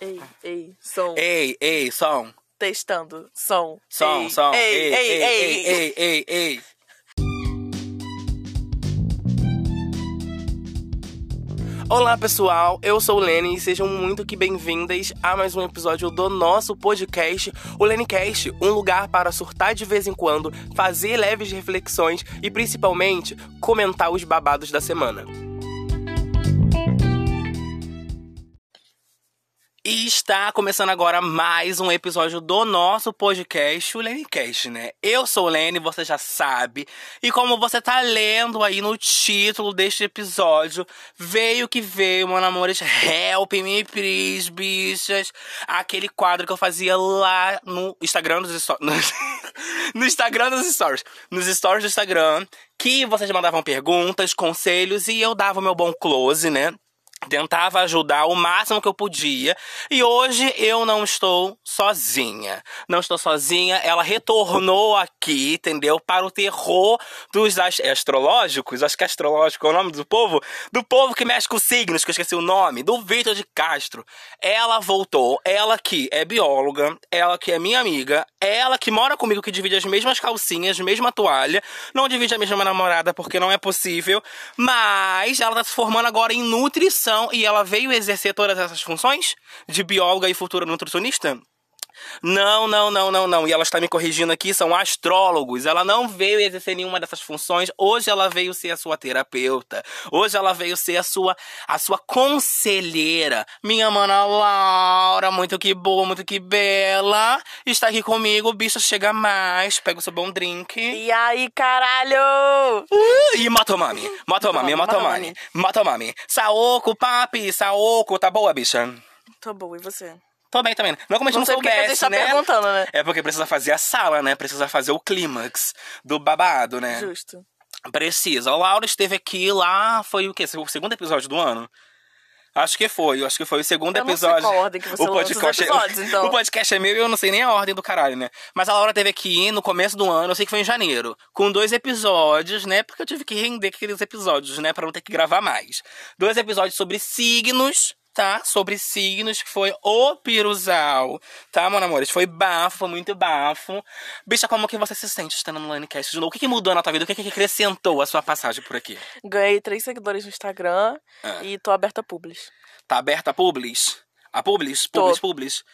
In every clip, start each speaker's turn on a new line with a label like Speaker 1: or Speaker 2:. Speaker 1: Ei, ei, som.
Speaker 2: Ei, ei, som.
Speaker 1: Testando. Som.
Speaker 2: Som,
Speaker 1: ei,
Speaker 2: som.
Speaker 1: Ei, ei, ei.
Speaker 2: ei, ei, ei, ei. Olá pessoal, eu sou o Lene e sejam muito que bem-vindas a mais um episódio do nosso podcast, o Lenecast, um lugar para surtar de vez em quando, fazer leves reflexões e principalmente comentar os babados da semana. E está começando agora mais um episódio do nosso podcast, o Lenecast, né? Eu sou o Lene, você já sabe. E como você tá lendo aí no título deste episódio, veio que veio, meu amores, help me, please, bichas. Aquele quadro que eu fazia lá no Instagram dos stories. no Instagram dos stories. Nos stories do Instagram, que vocês mandavam perguntas, conselhos e eu dava o meu bom close, né? Tentava ajudar o máximo que eu podia. E hoje eu não estou sozinha. Não estou sozinha. Ela retornou aqui, entendeu? Para o terror dos as- é astrológicos. Acho que é astrológico é o nome do povo. Do povo que mexe com signos, que eu esqueci o nome. Do Vitor de Castro. Ela voltou. Ela que é bióloga. Ela que é minha amiga. Ela que mora comigo, que divide as mesmas calcinhas, mesma toalha. Não divide a mesma namorada, porque não é possível. Mas ela tá se formando agora em nutrição e ela veio exercer todas essas funções de bióloga e futura nutricionista? Não, não, não, não, não. E ela está me corrigindo aqui, são astrólogos. Ela não veio exercer nenhuma dessas funções. Hoje ela veio ser a sua terapeuta. Hoje ela veio ser a sua a sua conselheira. Minha mana Laura, muito que boa, muito que bela. Está aqui comigo, bicho, chega mais. Pega o seu bom drink.
Speaker 1: E aí, caralho?
Speaker 2: E Motomami, Motomami, Motomami,
Speaker 1: Motomami.
Speaker 2: Motomami. Saoko, papi, Saoko, tá boa, bicha?
Speaker 1: Tô boa, e você?
Speaker 2: Tô bem também. Não como a gente não
Speaker 1: sei porque que a
Speaker 2: soubesse,
Speaker 1: gente tá
Speaker 2: né?
Speaker 1: perguntando, né?
Speaker 2: É porque precisa fazer a sala, né? Precisa fazer o clímax do babado, né?
Speaker 1: Justo.
Speaker 2: Precisa. O Laura esteve aqui lá, foi o quê? O segundo episódio do ano? Acho que foi, acho que foi o segundo
Speaker 1: Eu não sei
Speaker 2: episódio. é-
Speaker 1: qual ordem que você lança os episódios, então.
Speaker 2: o podcast é meu e eu não sei nem a ordem do caralho, né? Mas a Laura teve aqui no começo do ano, eu sei que foi em janeiro, com dois episódios, né? Porque eu tive que render aqueles episódios, né? Pra não ter que gravar mais. Dois episódios sobre signos, tá? Sobre signos, que foi o piruzal, tá, meu amores? Foi bafo, foi muito bafo. Bicha, como que você se sente estando no Lanecast de novo? O que, que mudou na tua vida? O que, que acrescentou a sua passagem por aqui?
Speaker 1: Ganhei três seguidores no Instagram
Speaker 2: Ah.
Speaker 1: e tô aberta a publis.
Speaker 2: Tá aberta a Publis? A Publis?
Speaker 1: Tô.
Speaker 2: Publis, Publis.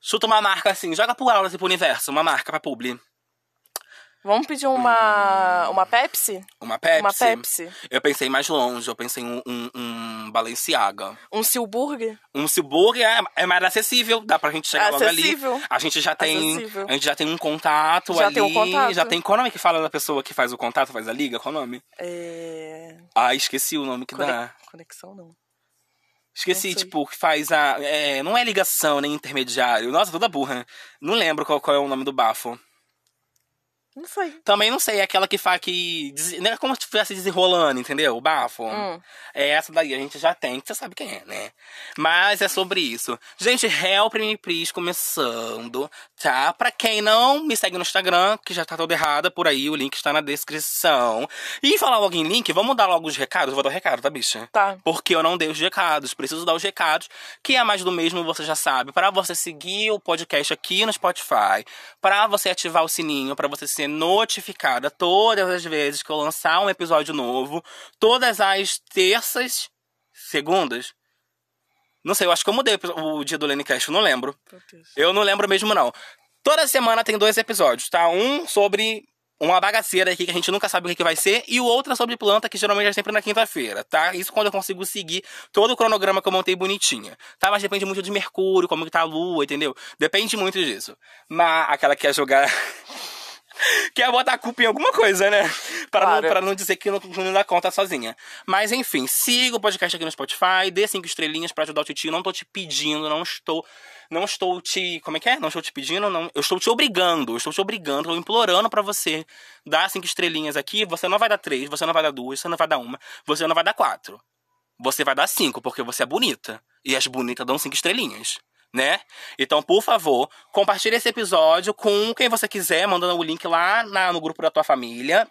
Speaker 2: Chuta uma marca assim, joga pro aula, assim, pro universo, uma marca pra Publi.
Speaker 1: Vamos pedir uma. uma Pepsi?
Speaker 2: Uma Pepsi.
Speaker 1: Uma Pepsi?
Speaker 2: Eu pensei mais longe, eu pensei em um, um, um Balenciaga.
Speaker 1: Um Silburger?
Speaker 2: Um Ciborgue é, é mais acessível, dá pra gente chegar
Speaker 1: Acessível.
Speaker 2: logo ali. A gente já tem,
Speaker 1: Acessível.
Speaker 2: a gente já tem um contato
Speaker 1: Já
Speaker 2: ali.
Speaker 1: tem um contato.
Speaker 2: Já tem, qual é o nome que fala da pessoa que faz o contato, faz a liga, qual o nome?
Speaker 1: É.
Speaker 2: Ah, esqueci o nome que
Speaker 1: cone-
Speaker 2: dá.
Speaker 1: Conexão não.
Speaker 2: Esqueci,
Speaker 1: é Não sei.
Speaker 2: tipo, que faz a. é, não é ligação nem intermediário. Nossa, toda burra. Não lembro qual, qual é o nome do bafo.
Speaker 1: Não sei.
Speaker 2: Também não sei, é aquela que faz que. des- Não é como se estivesse desenrolando, entendeu? O bafo.
Speaker 1: Hum.
Speaker 2: É essa daí, a gente já tem, que você sabe quem é, né? Mas é sobre isso. Gente, Help Me Please começando, tá? Pra quem não me segue no Instagram, que já tá toda errada por aí, o link está na descrição. E falar logo em link, vamos dar logo os recados? Vou dar o recado, tá, bicha?
Speaker 1: Tá.
Speaker 2: Porque eu não dei os recados, preciso dar os recados, que é mais do mesmo, você já sabe. Pra você seguir o podcast aqui no Spotify, pra você ativar o sininho, pra você ser notificada todas as vezes que eu lançar um episódio novo, todas as terças, segundas. Não sei, eu acho que eu mudei o dia do Lenecast, eu não lembro.
Speaker 1: Meu Deus.
Speaker 2: Eu não lembro mesmo, não. Toda semana tem dois episódios, tá? Um sobre uma bagaceira aqui que a gente nunca sabe o que que vai ser, e o outro sobre planta, que geralmente é sempre na quinta-feira, tá? Isso quando eu consigo seguir todo o cronograma que eu montei bonitinha, tá? Mas depende muito de Mercúrio, como que tá a Lua, entendeu? Depende muito disso. Mas aquela que quer jogar. Quer é botar a culpa em alguma coisa, né? Pra,
Speaker 1: Claro.
Speaker 2: não, pra não dizer que não, não dá conta sozinha. Mas enfim, siga o podcast aqui no Spotify, dê cinco estrelinhas pra ajudar o Titi. Não tô te pedindo, não estou. Não estou te. Como é que é? Não estou te pedindo, não. Eu estou te obrigando, eu estou te obrigando, estou implorando pra você dar cinco estrelinhas aqui. Você não vai dar três, você não vai dar duas, você não vai dar uma, você não vai dar quatro. Você vai dar cinco, porque você é bonita. E as bonitas dão cinco estrelinhas, né? Então, por favor, compartilhe esse episódio com quem você quiser, mandando o link lá na- no grupo da tua família.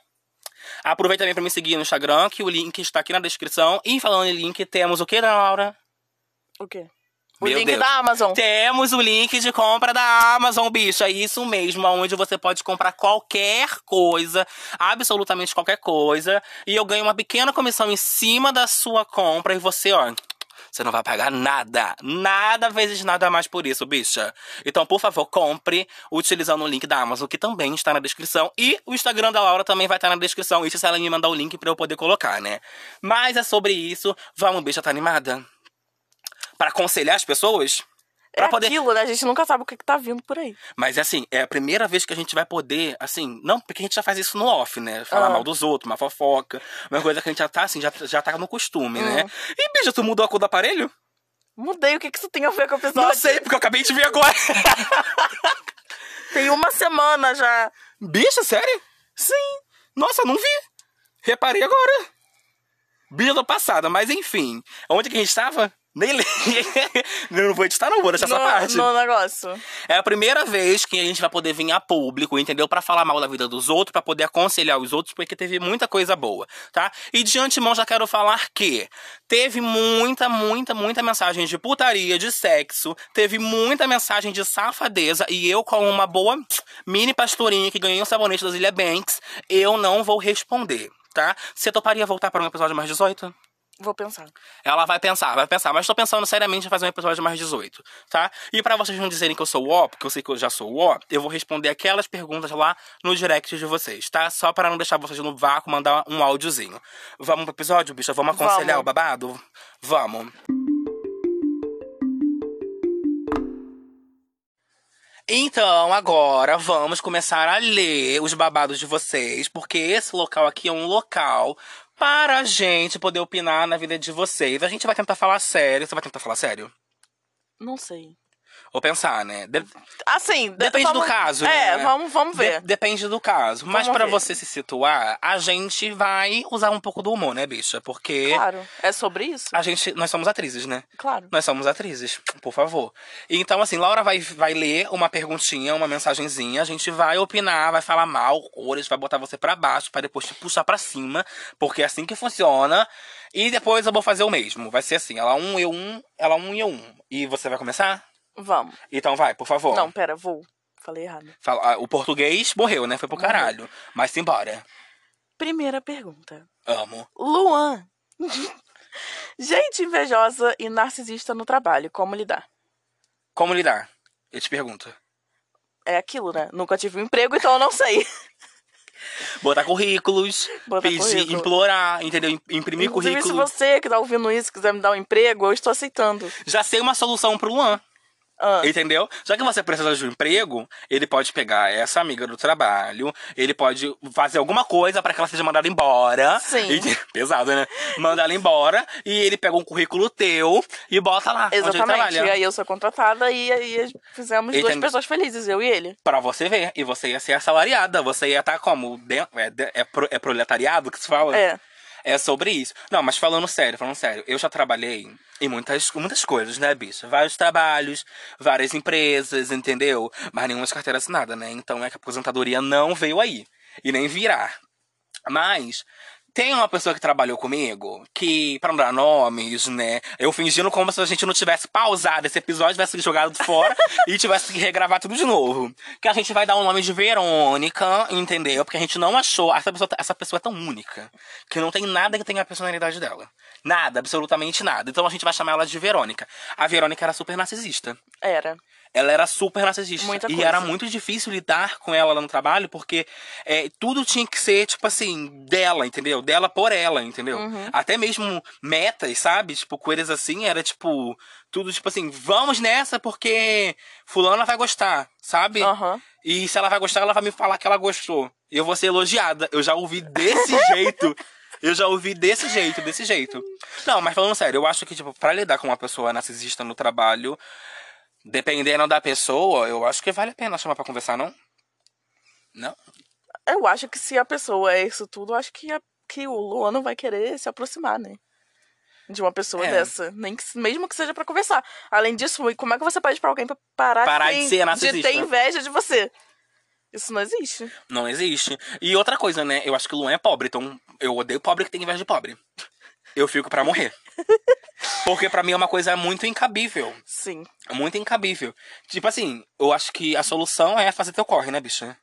Speaker 2: Aproveita também pra me seguir no Instagram, que o link está aqui na descrição. E falando em link, temos o que, Laura?
Speaker 1: O quê? O
Speaker 2: Meu
Speaker 1: link
Speaker 2: Deus.
Speaker 1: da Amazon.
Speaker 2: Temos o link de compra da Amazon, bicho. É isso mesmo, onde você pode comprar qualquer coisa, absolutamente qualquer coisa. E eu ganho uma pequena comissão em cima da sua compra. E você, ó, você não vai pagar nada. Nada vezes nada a mais por isso, bicha. Então, por favor, compre utilizando o link da Amazon, que também está na descrição. E o Instagram da Laura também vai estar na descrição. Isso se ela me mandar o link pra eu poder colocar, né? Mas é sobre isso. Vamos, bicha, tá animada? Pra aconselhar as pessoas? Pra
Speaker 1: é
Speaker 2: poder
Speaker 1: aquilo, né? A gente nunca sabe o que, que tá vindo por aí.
Speaker 2: mas assim, é a primeira vez que a gente vai poder, assim, não, porque a gente já faz isso no off, né? Falar
Speaker 1: Ah.
Speaker 2: mal dos outros, uma fofoca, uma coisa que a gente já tá assim, já, já tá no costume, né?
Speaker 1: Hum.
Speaker 2: E, bicha, tu mudou a cor do aparelho?
Speaker 1: Mudei o que, que isso tem a ver com o episódio.
Speaker 2: Não sei, porque eu acabei de ver agora.
Speaker 1: Tem uma semana já.
Speaker 2: bicha, sério? Sim. Nossa, eu não vi. Reparei agora. Bicha passada, mas enfim. Onde que a gente tava? Nem lembro. Eu não vou editar, não vou deixar
Speaker 1: no,
Speaker 2: essa parte.
Speaker 1: no negócio.
Speaker 2: É a primeira vez que a gente vai poder vir a público, entendeu? Pra falar mal da vida dos outros, pra poder aconselhar os outros, porque teve muita coisa boa, tá? E de antemão já quero falar que teve muita, muita, muita mensagem de putaria, de sexo, teve muita mensagem de safadeza e eu com uma boa mini pastorinha que ganhei um sabonete das Ilha Banks, eu não vou responder, tá? Você toparia voltar para um episódio mais 18?
Speaker 1: Vou pensar.
Speaker 2: Ela vai pensar, vai pensar, mas tô pensando seriamente em fazer um episódio mais 18, tá? E pra vocês não dizerem que eu sou o, porque eu sei que eu já sou o, eu vou responder aquelas perguntas lá no direct de vocês, tá? Só pra não deixar vocês no vácuo, mandar um áudiozinho. Vamos pro episódio, bicha? Vamos aconselhar
Speaker 1: Vamos.
Speaker 2: o babado? Vamos. Então, agora vamos começar a ler os babados de vocês, porque esse local aqui é um local para a gente poder opinar na vida de vocês. A gente vai tentar falar sério. Você vai tentar falar sério?
Speaker 1: Não sei.
Speaker 2: Ou pensar, né? De-
Speaker 1: Assim, de-
Speaker 2: Depende
Speaker 1: vamos-
Speaker 2: do caso,
Speaker 1: É,
Speaker 2: né?
Speaker 1: vamos, vamos ver.
Speaker 2: de- depende do caso. Mas
Speaker 1: Vamos
Speaker 2: pra
Speaker 1: ver.
Speaker 2: você se situar, a gente vai usar um pouco do humor, né, bicha? Porque
Speaker 1: Claro. É sobre isso?
Speaker 2: a gente, nós somos atrizes, né?
Speaker 1: Claro.
Speaker 2: Nós somos atrizes, por favor. Então, assim, Laura vai, vai ler uma perguntinha, uma mensagenzinha, a gente vai opinar, vai falar mal, cores, vai botar você pra baixo, pra depois te puxar pra cima, porque é assim que funciona. E depois eu vou fazer o mesmo. Vai ser assim, ela um, eu um, ela um e eu um. E você vai começar?
Speaker 1: Vamos.
Speaker 2: Então vai, por favor.
Speaker 1: Não, pera, vou. Falei errado.
Speaker 2: Fala- ah, o português morreu, né? Foi pro
Speaker 1: Morreu.
Speaker 2: caralho. Mas simbora.
Speaker 1: Primeira pergunta.
Speaker 2: Amo.
Speaker 1: Luan. Gente invejosa e narcisista no trabalho, como lidar?
Speaker 2: Como lidar? Eu te pergunto.
Speaker 1: É aquilo, né? Nunca tive um emprego, então eu não sei.
Speaker 2: Botar currículos,
Speaker 1: Botar
Speaker 2: pedir,
Speaker 1: currículo.
Speaker 2: implorar, entendeu? Im- Imprimir
Speaker 1: Inclusive, se
Speaker 2: currículo.
Speaker 1: você que tá ouvindo isso quiser me dar um emprego, eu estou aceitando.
Speaker 2: Já sei uma solução pro Luan.
Speaker 1: Ah,
Speaker 2: Entendeu? Já que você precisa de um emprego, ele pode pegar essa amiga do trabalho, ele pode fazer alguma coisa pra que ela seja mandada embora.
Speaker 1: Sim.
Speaker 2: E- pesado, né? Manda ela embora e ele pega um currículo teu e bota lá. onde ele
Speaker 1: exatamente.
Speaker 2: trabalha.
Speaker 1: E aí eu sou contratada e aí fizemos duas
Speaker 2: Entendi.
Speaker 1: pessoas felizes, eu e ele.
Speaker 2: Pra você ver. E você ia ser assalariada. Você ia estar como? Den- É, de- é, pro- é proletariado que se fala?
Speaker 1: É.
Speaker 2: É sobre isso. Não, mas falando sério, falando sério, eu já trabalhei em muitas, muitas coisas, né, bicho? Vários trabalhos, várias empresas, entendeu? Mas nenhuma de carteira assinada, né? Então é que a aposentadoria não veio aí. E nem virá. Mas. Tem uma pessoa que trabalhou comigo que, pra não dar nomes, né? Eu fingindo como se a gente não tivesse pausado esse episódio, tivesse jogado fora e tivesse que regravar tudo de novo. Que a gente vai dar o nome de Verônica, entendeu? Porque a gente não achou. Essa pessoa, essa pessoa é tão única que não tem nada que tenha a personalidade dela. Nada, absolutamente nada. Então a gente vai chamar ela de Verônica. A Verônica era super narcisista.
Speaker 1: Era.
Speaker 2: Ela era super narcisista.
Speaker 1: Muita
Speaker 2: e
Speaker 1: coisa.
Speaker 2: era muito difícil lidar com ela lá no trabalho, porque é, tudo tinha que ser, tipo assim, dela, entendeu? Dela por ela, entendeu?
Speaker 1: Uhum.
Speaker 2: Até mesmo metas, sabe? Tipo, coisas assim, era tipo, tudo tipo assim, vamos nessa porque fulana vai gostar, sabe?
Speaker 1: Aham.
Speaker 2: E se ela vai gostar, ela vai me falar que ela gostou. E eu vou ser elogiada. Eu já ouvi desse jeito. Eu já ouvi desse jeito, desse jeito. Não, mas falando sério, eu acho que, tipo, pra lidar com uma pessoa narcisista no trabalho, dependendo da pessoa, eu acho que vale a pena chamar pra conversar, não? Não?
Speaker 1: Eu acho que se a pessoa é isso tudo, eu acho que, a- que o Luan não vai querer se aproximar, né? De uma pessoa
Speaker 2: É.
Speaker 1: dessa. Nem que, mesmo que seja pra conversar. Além disso, e como é que você pede pra alguém pra parar,
Speaker 2: Parar de
Speaker 1: sem-
Speaker 2: ser narcisista.
Speaker 1: ter inveja de você? Isso não existe.
Speaker 2: Não existe. E outra coisa, né? Eu acho que o Luan é pobre, então eu odeio pobre que tem inveja de pobre. eu fico pra morrer. Porque pra mim é uma coisa muito incabível.
Speaker 1: Sim.
Speaker 2: É muito incabível. Tipo assim, eu acho que a solução é fazer teu corre, né, bicha?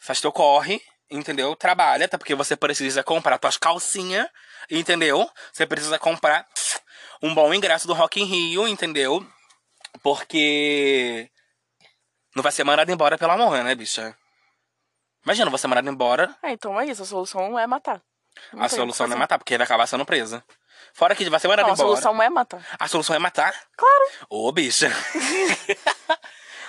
Speaker 2: Faz teu corre, entendeu? Trabalha, até porque você precisa comprar tuas calcinhas, entendeu? Você precisa comprar um bom ingresso do Rock in Rio, entendeu? Porque não vai ser mandado embora pela morra, né, bicha? Imagina, você mandado embora,
Speaker 1: É, então é isso. A solução é matar. Não tem o
Speaker 2: a
Speaker 1: que
Speaker 2: solução não é
Speaker 1: fazer.
Speaker 2: matar, porque ele vai acabar sendo presa. Fora que vai ser mandado
Speaker 1: Não, a
Speaker 2: embora.
Speaker 1: solução é matar.
Speaker 2: A solução é matar?
Speaker 1: Claro.
Speaker 2: Ô, bicha.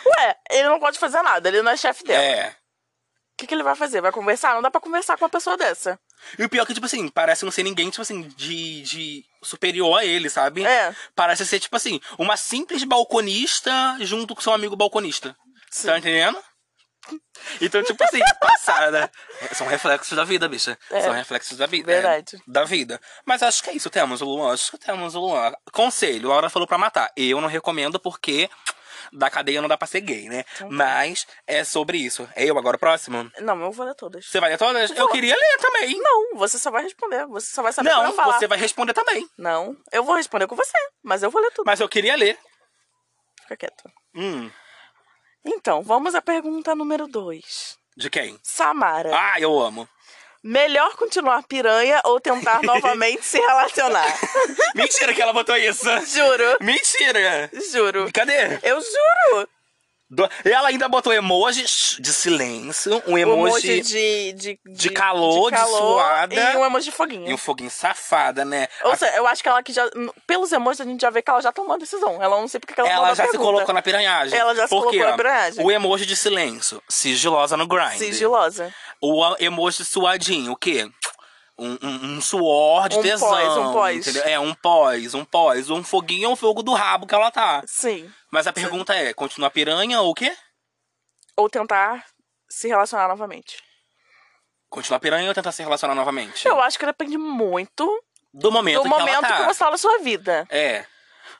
Speaker 1: Ué, ele não pode fazer nada. Ele não é chefe dela.
Speaker 2: É.
Speaker 1: O que, que ele vai fazer? Vai conversar? Não dá pra conversar com uma pessoa dessa.
Speaker 2: E o pior é que, tipo assim, parece não ser ninguém, tipo assim, de, de superior a ele, sabe?
Speaker 1: É.
Speaker 2: Parece ser, tipo assim, uma simples balconista junto com seu amigo balconista. Tá entendendo? Então, tipo assim, passada. São reflexos da vida, bicha.
Speaker 1: É.
Speaker 2: São reflexos da vida.
Speaker 1: Verdade.
Speaker 2: é, da vida. Mas acho que é isso, temos, Luan. Acho que temos, Luan. Conselho, a Laura falou pra matar. Eu não recomendo porque da cadeia não dá pra ser gay, né? Mas é sobre isso. É eu agora, o próximo?
Speaker 1: Não, eu vou ler todas.
Speaker 2: Você vai ler todas? Eu queria ler também.
Speaker 1: Não, você só vai responder. Você só vai saber
Speaker 2: Não,
Speaker 1: quando Tá eu falar.
Speaker 2: você vai responder também.
Speaker 1: Não, eu vou responder com você, mas eu vou ler tudo.
Speaker 2: Mas eu queria ler.
Speaker 1: Fica quieto.
Speaker 2: Hum,
Speaker 1: Então, vamos à pergunta número 2.
Speaker 2: de quem?
Speaker 1: Samara,
Speaker 2: Ah, eu amo.
Speaker 1: melhor continuar piranha ou tentar novamente se relacionar?
Speaker 2: Mentira que ela botou isso.
Speaker 1: Juro,
Speaker 2: Mentira.
Speaker 1: juro.
Speaker 2: Cadê?
Speaker 1: Eu juro!
Speaker 2: Do- Ela ainda botou emoji de silêncio, um
Speaker 1: Um
Speaker 2: emoji,
Speaker 1: emoji de, de,
Speaker 2: de calor, de suada.
Speaker 1: E um emoji de
Speaker 2: e
Speaker 1: foguinho.
Speaker 2: um foguinho safada, né?
Speaker 1: Ou
Speaker 2: A-
Speaker 1: seja, eu acho que ela que já. n- Pelos emojis a gente já vê que ela já tomou a decisão. Ela não sei porque que ela,
Speaker 2: ela já se
Speaker 1: pergunta.
Speaker 2: colocou na piranhagem.
Speaker 1: Ela já se
Speaker 2: Porque,
Speaker 1: colocou na
Speaker 2: ó,
Speaker 1: piranhagem.
Speaker 2: O emoji de silêncio, sigilosa no grind.
Speaker 1: Sigilosa.
Speaker 2: O a- emoji suadinho, o quê? Um, um- um suor de
Speaker 1: Um
Speaker 2: tesão.
Speaker 1: pós, um pós.
Speaker 2: entendeu? É, um pós, um pós. Um foguinho é um fogo do rabo que ela tá.
Speaker 1: Sim.
Speaker 2: Mas a pergunta é, continua piranha ou o quê?
Speaker 1: Ou tentar se relacionar novamente.
Speaker 2: Continua piranha ou tentar se relacionar novamente?
Speaker 1: Eu acho que depende muito
Speaker 2: Do momento
Speaker 1: do
Speaker 2: que
Speaker 1: momento
Speaker 2: ela tá.
Speaker 1: que você tá na sua vida.
Speaker 2: É.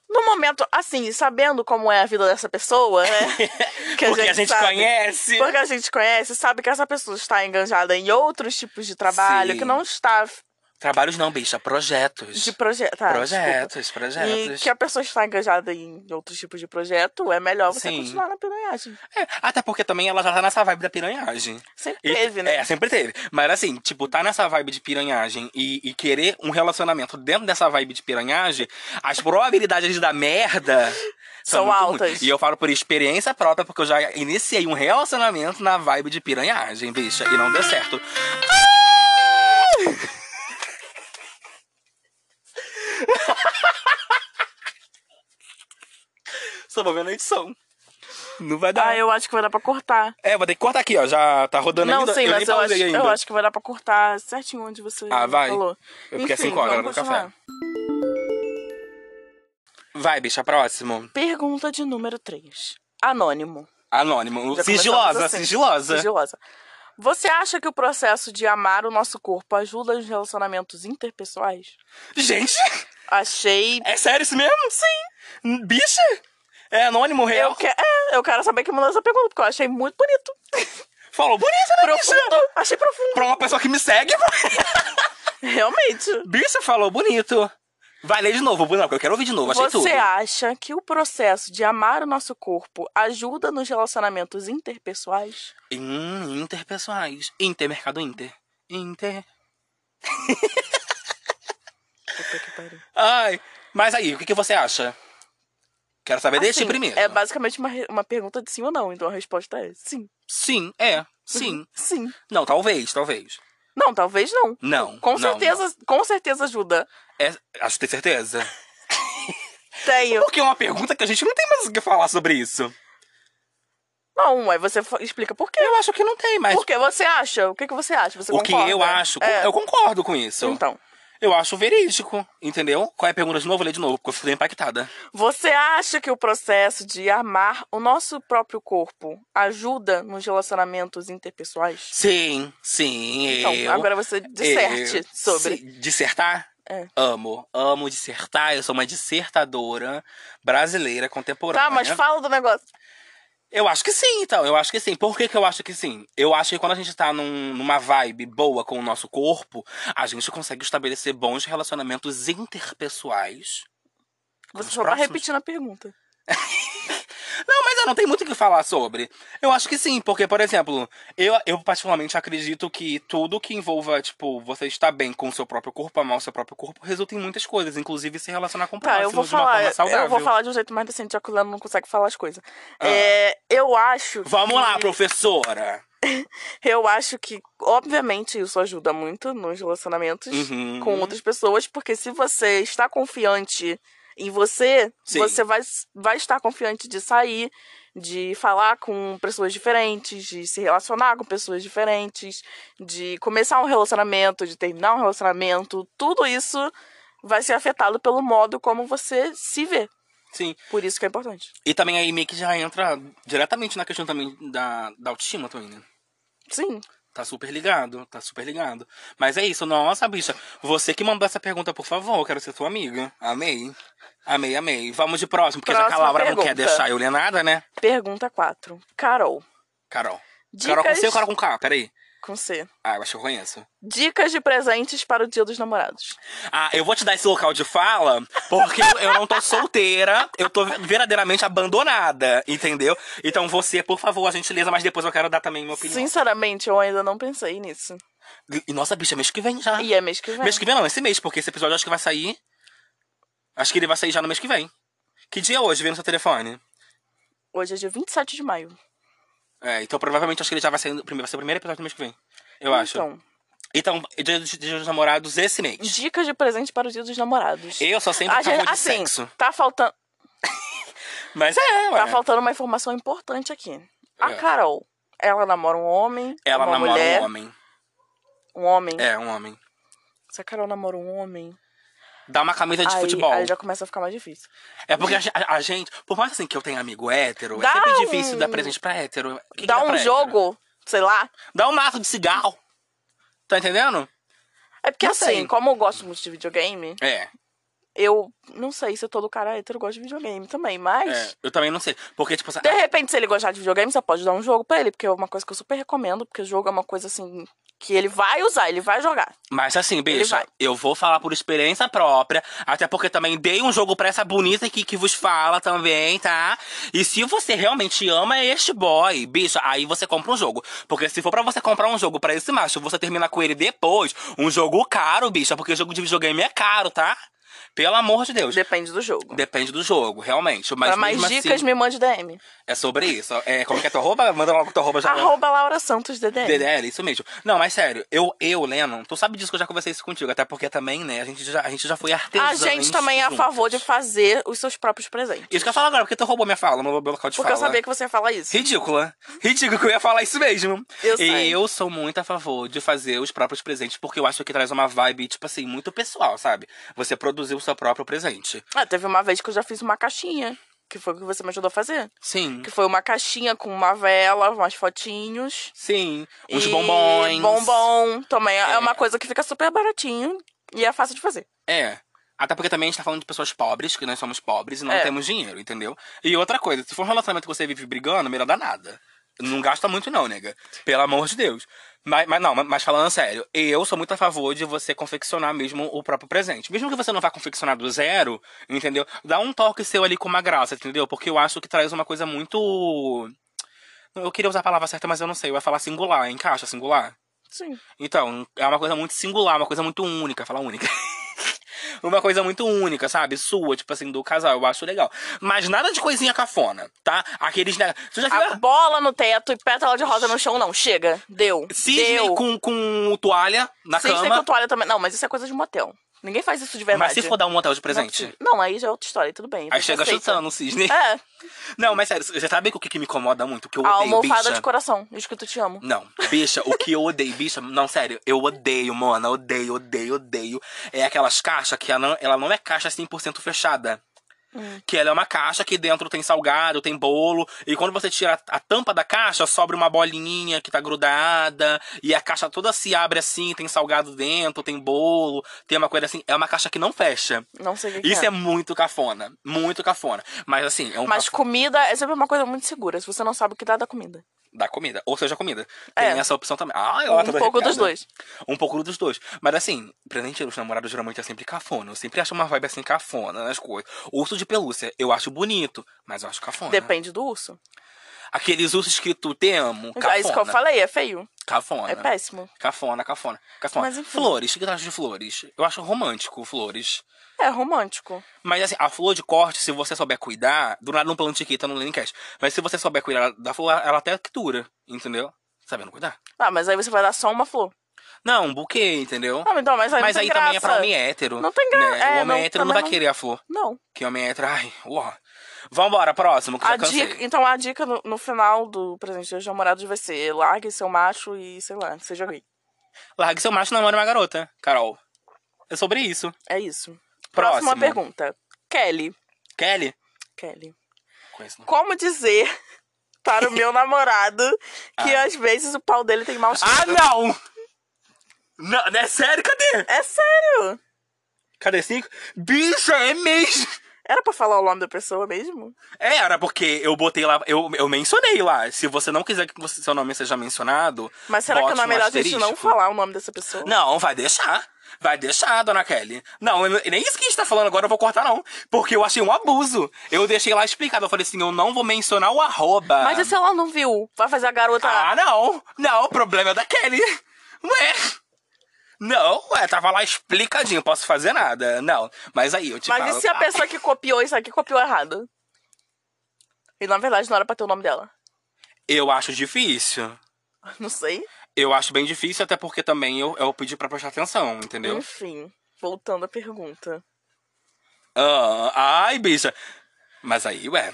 Speaker 1: No momento, assim, sabendo como é a vida dessa pessoa, né? Que
Speaker 2: Porque a gente,
Speaker 1: sabe.
Speaker 2: conhece. né?
Speaker 1: Porque a gente conhece, sabe que essa pessoa está enganjada em outros tipos de trabalho,
Speaker 2: Sim.
Speaker 1: que não está
Speaker 2: Trabalhos não, bicha, projetos.
Speaker 1: de projeto. tá, desculpa.
Speaker 2: projetos, projetos.
Speaker 1: E que a pessoa está engajada em outros tipos de projeto, é melhor você
Speaker 2: Sim.
Speaker 1: continuar na piranhagem.
Speaker 2: É, até porque também ela já tá nessa vibe da piranhagem.
Speaker 1: Sempre
Speaker 2: E-
Speaker 1: teve, né?
Speaker 2: É, sempre teve. Mas assim, tipo, tá nessa vibe de piranhagem e, e querer um relacionamento dentro dessa vibe de piranhagem, as probabilidades de dar merda
Speaker 1: São
Speaker 2: muito ruins.
Speaker 1: altas.
Speaker 2: E eu falo por experiência própria, porque eu já iniciei um relacionamento na vibe de piranhagem, bicha, e não deu certo. Só vou ver na edição. Não vai dar.
Speaker 1: Ah, eu acho que vai dar pra cortar.
Speaker 2: É, vou ter que cortar aqui, ó. Já tá rodando
Speaker 1: não,
Speaker 2: ainda.
Speaker 1: sei,
Speaker 2: eu
Speaker 1: mas
Speaker 2: nem
Speaker 1: eu acho,
Speaker 2: pausei ainda.
Speaker 1: eu acho que vai dar pra cortar certinho onde você
Speaker 2: Ah, vai.
Speaker 1: falou.
Speaker 2: Eu
Speaker 1: Enfim,
Speaker 2: fiquei assim com a hora
Speaker 1: vamos
Speaker 2: do café.
Speaker 1: continuar.
Speaker 2: Vai, bicha, próximo.
Speaker 1: Pergunta de número 3. Anônimo.
Speaker 2: Anônimo.
Speaker 1: Já
Speaker 2: sigilosa,
Speaker 1: começamos assim.
Speaker 2: sigilosa.
Speaker 1: Sigilosa. Você acha que o processo de amar o nosso corpo ajuda nos relacionamentos interpessoais?
Speaker 2: Gente,
Speaker 1: Achei.
Speaker 2: é sério isso mesmo? Sim. Bicha? É anônimo real?
Speaker 1: Eu, que... é, eu quero saber quem mandou essa pergunta, porque eu achei muito bonito.
Speaker 2: Falou bonito, né, bicha?
Speaker 1: profundo. Achei profundo.
Speaker 2: Pra uma pessoa que me segue,
Speaker 1: Realmente.
Speaker 2: bicha falou bonito. Vai ler de novo, não, porque eu quero ouvir de novo, achei
Speaker 1: Você
Speaker 2: tudo.
Speaker 1: acha que o processo de amar o nosso corpo ajuda nos relacionamentos interpessoais?
Speaker 2: Hum, interpessoais. Inter, mercado inter. Inter.
Speaker 1: Puta que pariu.
Speaker 2: Ai, mas aí, o que, que você acha? Quero saber deste
Speaker 1: Assim,
Speaker 2: primeiro.
Speaker 1: É basicamente uma, re- uma pergunta de sim ou não, então a resposta é sim.
Speaker 2: Sim, é, sim.
Speaker 1: Sim.
Speaker 2: Não, talvez, talvez.
Speaker 1: Não, talvez não.
Speaker 2: Não,
Speaker 1: Com
Speaker 2: não,
Speaker 1: certeza, com certeza ajuda.
Speaker 2: É, acho que tem certeza.
Speaker 1: Tenho.
Speaker 2: Porque é uma pergunta que a gente não tem mais o que falar sobre isso.
Speaker 1: Não, aí você fa- explica por quê.
Speaker 2: Eu acho que não tem, mas.
Speaker 1: Por que você acha? O que, que você acha? Você
Speaker 2: o que
Speaker 1: concorda?
Speaker 2: eu acho,
Speaker 1: É,
Speaker 2: eu concordo com isso.
Speaker 1: Então,
Speaker 2: Eu acho verídico, entendeu? Qual é a pergunta de novo? Lê de novo, porque eu fiquei impactada.
Speaker 1: você acha que o processo de amar o nosso próprio corpo ajuda nos relacionamentos interpessoais?
Speaker 2: Sim, sim.
Speaker 1: Então,
Speaker 2: eu,
Speaker 1: agora você disserte
Speaker 2: eu-
Speaker 1: sobre.
Speaker 2: sim, dissertar?
Speaker 1: É.
Speaker 2: Amo. Amo dissertar. Eu sou uma dissertadora brasileira contemporânea.
Speaker 1: Tá, mas fala do negócio.
Speaker 2: Eu acho que sim, então. Eu acho que sim. Por que, que eu acho que sim? Eu acho que quando a gente tá num- numa vibe boa com o nosso corpo, a gente consegue estabelecer bons relacionamentos interpessoais. com
Speaker 1: Você
Speaker 2: os
Speaker 1: só tá
Speaker 2: próximos.
Speaker 1: repetindo a pergunta.
Speaker 2: Não, mas eu não tenho muito o que falar sobre. Eu acho que sim, porque, por exemplo, eu, eu particularmente acredito que tudo que envolva, tipo, você estar bem com o seu próprio corpo, amar o seu próprio corpo, resulta em muitas coisas, inclusive se relacionar com o
Speaker 1: Tá,
Speaker 2: próximo
Speaker 1: eu vou
Speaker 2: de uma
Speaker 1: falar.
Speaker 2: forma saudável.
Speaker 1: Eu vou falar de um jeito mais decente, já que o Leandro não consegue falar as coisas.
Speaker 2: Ah.
Speaker 1: É, eu acho.
Speaker 2: Vamos lá,
Speaker 1: que-
Speaker 2: professora!
Speaker 1: Eu acho que, obviamente, isso ajuda muito nos relacionamentos
Speaker 2: Uhum.
Speaker 1: com outras pessoas, porque se você está confiante em você,
Speaker 2: Sim.
Speaker 1: você vai, vai estar confiante de sair, de falar com pessoas diferentes, de se relacionar com pessoas diferentes, de começar um relacionamento, de terminar um relacionamento. Tudo isso vai ser afetado pelo modo como você se vê.
Speaker 2: Sim.
Speaker 1: Por isso que é importante.
Speaker 2: E também aí meio que já entra diretamente na questão também da, da autoestima também, né?
Speaker 1: Sim.
Speaker 2: Tá super ligado, tá super ligado. Mas é isso, nossa, bicha. Você que mandou essa pergunta, por favor, eu quero ser sua amiga. Amei. Amei, amei. Vamos de próximo, porque já que a
Speaker 1: Próxima
Speaker 2: Laura não quer
Speaker 1: pergunta.
Speaker 2: deixar eu ler nada, né?
Speaker 1: Pergunta 4. Carol.
Speaker 2: Carol.
Speaker 1: Dicas
Speaker 2: Carol com C ou Carol com K? Peraí.
Speaker 1: com C.
Speaker 2: Ah, eu acho que eu conheço.
Speaker 1: Dicas de presentes para o Dia dos Namorados.
Speaker 2: Ah, eu vou te dar esse local de fala porque eu não tô solteira, eu tô verdadeiramente abandonada, entendeu? Então você, por favor, a gentileza, mas depois eu quero dar também minha opinião.
Speaker 1: Sinceramente, eu ainda não pensei nisso.
Speaker 2: E nossa, bicha, mês que vem já.
Speaker 1: E é mês que vem.
Speaker 2: tá? Mês que vem não, esse mês, porque esse episódio acho que vai sair. Acho que ele vai sair já no mês que vem. Que dia é hoje? Vem no seu telefone.
Speaker 1: Hoje é dia 27 de maio.
Speaker 2: É, então provavelmente acho que ele já vai sair. no primeiro- Vai ser o primeiro episódio do mês que vem. Eu acho.
Speaker 1: Então,
Speaker 2: Então, dia, dos- dia dos namorados esse mês.
Speaker 1: dicas de presente para o Dia dos Namorados.
Speaker 2: Eu só sempre
Speaker 1: A
Speaker 2: acabo
Speaker 1: gente-
Speaker 2: de
Speaker 1: assim,
Speaker 2: sexo.
Speaker 1: Tá faltando,
Speaker 2: Mas é, ué.
Speaker 1: tá faltando uma informação importante aqui. A
Speaker 2: É.
Speaker 1: Carol, ela namora um homem,
Speaker 2: Ela
Speaker 1: uma
Speaker 2: namora
Speaker 1: mulher,
Speaker 2: um homem.
Speaker 1: um homem.
Speaker 2: É, um homem.
Speaker 1: Se a Carol namora um homem,
Speaker 2: Dá uma camisa É de
Speaker 1: aí,
Speaker 2: futebol.
Speaker 1: aí já começa a ficar mais difícil.
Speaker 2: É porque a, ge- a- a gente, por mais assim que eu tenha amigo hétero,
Speaker 1: Dá
Speaker 2: é sempre
Speaker 1: um-
Speaker 2: difícil dar presente pra hétero. O que que
Speaker 1: dá
Speaker 2: pra
Speaker 1: um
Speaker 2: hétero?
Speaker 1: jogo, sei lá.
Speaker 2: Dá um maço de cigarro. Tá entendendo?
Speaker 1: É porque
Speaker 2: Não
Speaker 1: assim,
Speaker 2: sei.
Speaker 1: como eu gosto muito de videogame,
Speaker 2: É.
Speaker 1: eu não sei se todo cara hétero gosta de videogame também, mas...
Speaker 2: É, eu também não sei. Porque, tipo, assim,
Speaker 1: De repente, se ele gostar de videogame, você pode dar um jogo pra ele, porque é uma coisa que eu super recomendo, porque jogo é uma coisa assim que ele vai usar, ele vai jogar.
Speaker 2: mas assim, bicha,
Speaker 1: vai.
Speaker 2: eu vou falar por experiência própria, até porque também dei um jogo pra essa bonita aqui que vos fala também, tá? E se você realmente ama este boy, bicha, aí você compra um jogo. Porque se for pra você comprar um jogo pra esse macho, você terminar com ele depois, um jogo caro, bicha, porque jogo de videogame é caro, tá? Pelo amor de Deus.
Speaker 1: Depende do jogo.
Speaker 2: Depende do jogo, realmente. Mas
Speaker 1: pra mais
Speaker 2: mesmo
Speaker 1: dicas,
Speaker 2: assim,
Speaker 1: me mande DM.
Speaker 2: é sobre isso. É, como que é teu arroba? Manda logo teu arroba já.
Speaker 1: Arroba Laura Santos DDM.
Speaker 2: DDL, é, isso mesmo. Não, mas sério, eu, eu, Lennon, tu sabe disso que eu já conversei isso contigo, até porque também, né, a gente já, a gente já foi artesã.
Speaker 1: A gente também é a favor de fazer os seus próprios presentes.
Speaker 2: Isso que eu falo agora, porque tu roubou minha fala, meu meu local de
Speaker 1: Porque
Speaker 2: fala. né?
Speaker 1: eu sabia que você ia falar isso.
Speaker 2: Ridícula. Ridículo que eu ia falar isso mesmo.
Speaker 1: Eu
Speaker 2: e
Speaker 1: sei.
Speaker 2: eu sou muito a favor de fazer os próprios presentes, porque eu acho que traz uma vibe, tipo assim, muito pessoal, sabe? Você produzir o seu próprio presente.
Speaker 1: Ah, teve uma vez que eu já fiz uma caixinha, que foi o que você me ajudou a fazer.
Speaker 2: Sim.
Speaker 1: Que foi uma caixinha com uma vela, umas fotinhos.
Speaker 2: Sim. Uns
Speaker 1: e
Speaker 2: bombons.
Speaker 1: Bombom. Também é.
Speaker 2: É.
Speaker 1: uma coisa que fica super baratinho e é fácil de fazer.
Speaker 2: É. Até porque também a gente tá falando de pessoas pobres, que nós somos pobres e não
Speaker 1: É.
Speaker 2: temos dinheiro, entendeu? E outra coisa, se for um relacionamento que você vive brigando, melhor dar nada. Não gasta muito, não, nega. Pelo amor de Deus. Mas, mas não, mas- mas falando sério, eu sou muito a favor de você confeccionar mesmo o próprio presente. Mesmo que você não vá confeccionar do zero, entendeu? Dá um toque seu ali com uma graça, entendeu? Porque eu acho que traz uma coisa muito. Eu queria usar a palavra certa, mas eu não sei. Eu ia falar singular, encaixa singular.
Speaker 1: Sim.
Speaker 2: Então, é uma coisa muito singular, uma coisa muito única, falar única. uma coisa muito única, sabe? Sua, tipo assim, do casal, eu acho legal. Mas nada de coisinha cafona, tá? Aqueles. Né? Tu já viu?
Speaker 1: A
Speaker 2: a-
Speaker 1: bola no teto e pétala de rosa no chão, não. Chega. Deu.
Speaker 2: Cisne
Speaker 1: Deu.
Speaker 2: com, com toalha na
Speaker 1: Cisne
Speaker 2: cama.
Speaker 1: com toalha também. Não, mas isso é coisa de motel. Ninguém faz isso de verdade.
Speaker 2: mas se for dar um hotel de presente.
Speaker 1: Não, é possível. Não, aí já é outra história, tudo bem.
Speaker 2: Aí
Speaker 1: Você
Speaker 2: chega
Speaker 1: aceita.
Speaker 2: chutando o cisne.
Speaker 1: É,
Speaker 2: Não, mas sério, você sabe o que, que me incomoda muito? Que eu
Speaker 1: a
Speaker 2: odeio,
Speaker 1: almofada
Speaker 2: bicha?
Speaker 1: de coração. Escrito te amo.
Speaker 2: Não, bicha, o que eu odeio, bicha, não, sério, eu odeio, mano, odeio, odeio, odeio. É aquelas caixas que ela não, ela não é caixa 100% fechada. Que ela é uma caixa que dentro tem salgado, tem bolo. E quando você tira a tampa da caixa, sobra uma bolinha que tá grudada. E a caixa toda se abre assim, tem salgado dentro, tem bolo, tem uma coisa assim. É uma caixa que não fecha.
Speaker 1: Não sei o que,
Speaker 2: Isso
Speaker 1: que
Speaker 2: é muito cafona. Muito cafona. Mas assim, é um
Speaker 1: Mas
Speaker 2: cafo-
Speaker 1: comida é sempre uma coisa muito segura, se você não sabe o que dá da comida.
Speaker 2: da comida. Ou seja, comida. Tem
Speaker 1: É.
Speaker 2: essa opção também. Ah, ela tá
Speaker 1: um pouco dos
Speaker 2: arrepiada.
Speaker 1: dois.
Speaker 2: Um pouco dos dois. Mas assim, presente dos namorados geralmente é sempre cafona. Eu sempre acho uma vibe assim cafona nas coisas. Urso de pelúcia, eu acho bonito, mas eu acho cafona.
Speaker 1: Depende do urso.
Speaker 2: Aqueles ursos que tu te amo, cafona.
Speaker 1: É isso que eu falei, é feio.
Speaker 2: Cafona.
Speaker 1: É péssimo.
Speaker 2: Cafona, cafona, cafona.
Speaker 1: Mas enfim.
Speaker 2: Flores, o que tu acha de flores? Eu acho romântico flores.
Speaker 1: É romântico.
Speaker 2: Mas assim, a flor de corte, se você souber cuidar, do nada um plano de quita no Leancast. Mas se você souber cuidar da flor, ela até que dura, entendeu? Sabendo cuidar.
Speaker 1: Ah, mas aí você vai dar só uma flor.
Speaker 2: Não, um buquê, entendeu?
Speaker 1: Ah, então, mas aí
Speaker 2: Mas
Speaker 1: não
Speaker 2: aí
Speaker 1: tem
Speaker 2: também é pra
Speaker 1: graça.
Speaker 2: homem hétero.
Speaker 1: Não tem graça.
Speaker 2: né?
Speaker 1: É,
Speaker 2: o homem
Speaker 1: não,
Speaker 2: hétero não
Speaker 1: também
Speaker 2: vai
Speaker 1: não-
Speaker 2: querer a flor.
Speaker 1: Não.
Speaker 2: Que homem hétero, ai, uó. Vambora, próximo, que
Speaker 1: A
Speaker 2: já cansei.
Speaker 1: dica, então a dica no, no final do presente dos namorados vai ser largue seu macho e, sei lá, seja gay.
Speaker 2: Largue seu macho e namore uma garota, Carol. É sobre isso.
Speaker 1: É isso.
Speaker 2: Próximo.
Speaker 1: Próxima pergunta. Kelly.
Speaker 2: Kelly?
Speaker 1: Kelly.
Speaker 2: Conheço não.
Speaker 1: Como dizer para o meu namorado que às vezes o pau dele tem mau cheiro?
Speaker 2: Ah, não! Não, não é sério? Cadê?
Speaker 1: É sério!
Speaker 2: Cadê cinco? Bicha, é mesmo!
Speaker 1: Era pra falar o nome da pessoa mesmo?
Speaker 2: É, era porque eu botei lá, eu, eu mencionei lá. Se você não quiser que você- seu nome seja mencionado.
Speaker 1: Mas será
Speaker 2: bote
Speaker 1: que não é
Speaker 2: um
Speaker 1: melhor a gente não
Speaker 2: asterisco.
Speaker 1: falar o nome dessa pessoa?
Speaker 2: Não, vai deixar. Vai deixar, dona Kelly. Não, eu- nem isso que a gente tá falando agora eu vou cortar, não. Porque eu achei um abuso. Eu deixei lá explicado. Eu falei assim, eu não vou mencionar o arroba.
Speaker 1: Mas assim, e se ela não viu? Vai fazer a garota.
Speaker 2: Ah, não. Não, o problema é da Kelly. Ué. Não, ué, tava lá explicadinho, posso fazer nada. Não, mas aí eu te tá.
Speaker 1: Mas
Speaker 2: falo.
Speaker 1: e se a pessoa que copiou isso aqui copiou errado? E na verdade não era pra ter o nome dela.
Speaker 2: Eu acho difícil.
Speaker 1: Não sei.
Speaker 2: Eu acho bem difícil, até porque também eu, eu pedi pra prestar atenção,
Speaker 1: Uhum.
Speaker 2: entendeu?
Speaker 1: Enfim, voltando à pergunta.
Speaker 2: Ah, ai, bicha. Mas aí, ué.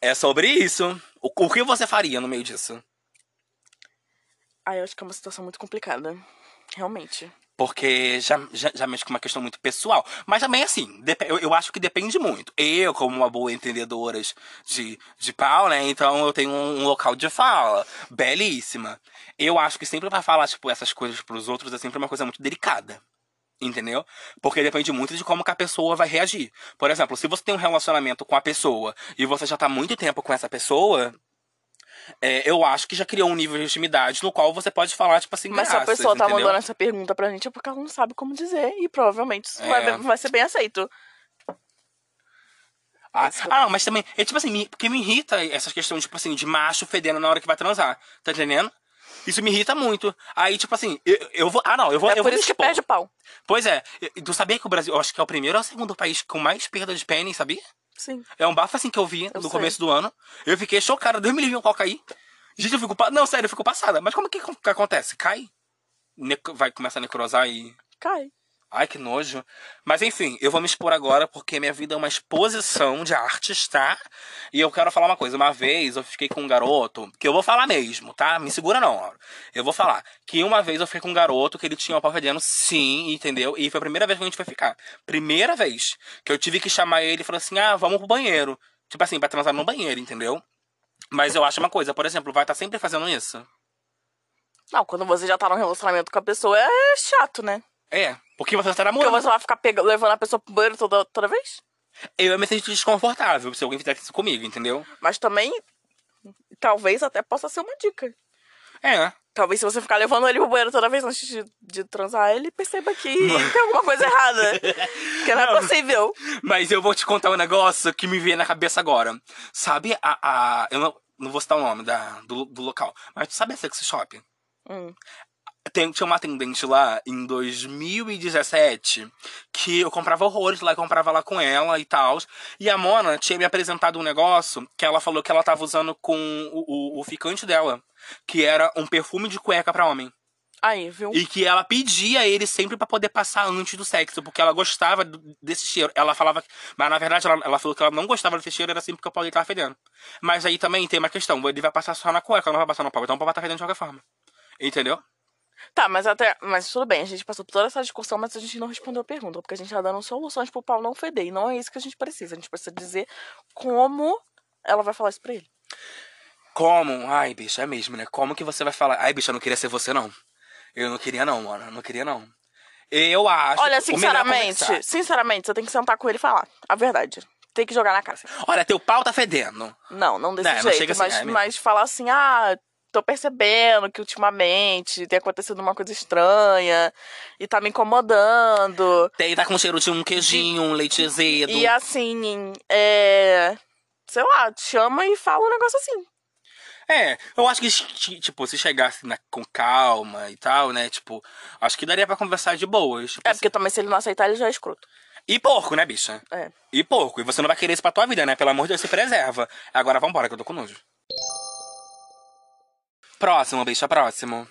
Speaker 2: É sobre isso. O, o que você faria no meio disso?
Speaker 1: Ah, eu acho que é uma situação muito complicada. Realmente.
Speaker 2: Porque já, já, já mexe com uma questão muito pessoal. Mas também, assim, dep- eu, eu acho que depende muito. Eu, como uma boa entendedora de, de pau, né? Então eu tenho um, um local de fala. Belíssima. Eu acho que sempre pra falar, tipo, essas coisas pros outros é sempre uma coisa muito delicada. Entendeu? Porque depende muito de como que a pessoa vai reagir. Por exemplo, se você tem um relacionamento com a pessoa e você já tá há muito tempo com essa pessoa, é, eu acho que já criou um nível de intimidade no qual você pode falar, tipo assim,
Speaker 1: Mas se a
Speaker 2: graças,
Speaker 1: pessoa tá
Speaker 2: entendeu?
Speaker 1: mandando essa pergunta pra gente é porque ela não sabe como dizer. E provavelmente isso
Speaker 2: É.
Speaker 1: vai, vai ser bem aceito.
Speaker 2: Ah,
Speaker 1: Isso.
Speaker 2: ah, não, mas também, é tipo assim, me- porque me irrita essas questões, tipo assim, de macho fedendo na hora que vai transar. Tá entendendo? Isso me irrita muito. Aí, tipo assim, eu, eu vou. Ah, não, eu vou.
Speaker 1: É
Speaker 2: eu
Speaker 1: por
Speaker 2: vou
Speaker 1: isso
Speaker 2: me
Speaker 1: que
Speaker 2: expor.
Speaker 1: perde o pau.
Speaker 2: Pois é, e- tu sabia que o Brasil, eu acho que é o primeiro ou o segundo país com mais perda de pênis, sabia?
Speaker 1: Sim.
Speaker 2: É um bafo assim que eu vi
Speaker 1: Eu
Speaker 2: no
Speaker 1: sei.
Speaker 2: começo do ano. Eu fiquei chocada, Deus me livre um qual cair. Gente, eu fico. pa- Não, sério, eu fico passada. Mas como que, que acontece? Cai? Neco- Vai começar a necrosar e.
Speaker 1: Cai.
Speaker 2: Ai, que nojo. Mas enfim, eu vou me expor agora porque minha vida é uma exposição de artes, tá? E eu quero falar uma coisa. Uma vez eu fiquei com um garoto, que eu vou falar mesmo, tá? Me segura não, Laura. Eu vou falar. Que uma vez eu fiquei com um garoto que ele tinha um pau fedendo, sim, entendeu? E foi a primeira vez que a gente foi ficar. Primeira vez que eu tive que chamar ele e falar assim: ah, vamos pro banheiro. Tipo assim, pra transar no banheiro, entendeu? Mas eu acho uma coisa, por exemplo, vai estar sempre fazendo isso?
Speaker 1: Não, quando você já tá num relacionamento com a pessoa é chato, né?
Speaker 2: É. Porque você está
Speaker 1: Porque
Speaker 2: namorando.
Speaker 1: você vai ficar pega- levando a pessoa pro banheiro toda, toda vez?
Speaker 2: Eu me sinto desconfortável se alguém fizesse isso comigo, entendeu?
Speaker 1: Mas também, talvez até possa ser uma dica.
Speaker 2: É.
Speaker 1: Talvez se você ficar levando ele pro banheiro toda vez antes de, de transar, ele perceba que tem alguma coisa errada. que não é possível.
Speaker 2: Mas eu vou te contar um negócio que me veio na cabeça agora. Sabe a. a eu não, não vou citar o nome da, do, do local, mas tu sabe a sex shop?
Speaker 1: Hum.
Speaker 2: Tem, tinha uma atendente lá em 2017 que eu comprava horrores lá, eu comprava lá com ela e tal. E a Mona tinha me apresentado um negócio que ela falou que ela tava usando com o, o, o ficante dela, que era um perfume de cueca pra homem.
Speaker 1: Aí, viu?
Speaker 2: E que ela pedia ele sempre pra poder passar antes do sexo, porque ela gostava do- desse cheiro. Ela falava. Mas na verdade ela, ela falou que ela não gostava desse cheiro, era sempre porque o pau dele tava fedendo. tá Mas aí também tem uma questão: ele vai passar só na cueca, não vai passar no pau. Então o pau vai estar fedendo de qualquer forma. Entendeu?
Speaker 1: Tá, mas até. Mas tudo bem, a gente passou por toda essa discussão, mas a gente não respondeu a pergunta, porque a gente tá dando soluções pro pau não feder. E não é isso que a gente precisa. A gente precisa dizer como ela vai falar isso pra ele.
Speaker 2: Como? Ai, bicho, é mesmo, né? Como que você vai falar? Ai, bicho, eu não queria ser você, não. Eu não queria, não, mano. Eu não queria, não. Eu acho.
Speaker 1: Olha,
Speaker 2: o melhor é conversar.
Speaker 1: sinceramente, sinceramente, você tem que sentar com ele e falar. A verdade. Tem que jogar na cara.
Speaker 2: Olha, teu pau tá fedendo.
Speaker 1: Não, não desse
Speaker 2: Não, não
Speaker 1: jeito,
Speaker 2: chega assim,
Speaker 1: mas,
Speaker 2: é mesmo.
Speaker 1: mas falar assim, ah, tô percebendo que ultimamente tem acontecido uma coisa estranha e tá me incomodando.
Speaker 2: Tem, tá com cheiro de um queijinho, um leite azedo.
Speaker 1: E assim, é. Sei lá, te chama e fala um negócio assim.
Speaker 2: É, eu acho que, ti- tipo, se chegasse na- com calma e tal, né? Tipo, acho que daria pra conversar de boas. tipo
Speaker 1: É,
Speaker 2: assim.
Speaker 1: porque também se ele não aceitar, ele já é escroto.
Speaker 2: E porco, né, bicha?
Speaker 1: É.
Speaker 2: E porco. E você não vai querer isso pra tua vida, né? Pelo amor de Deus, se preserva. Agora vambora, que eu tô com nojo. Próximo, bicha, próximo.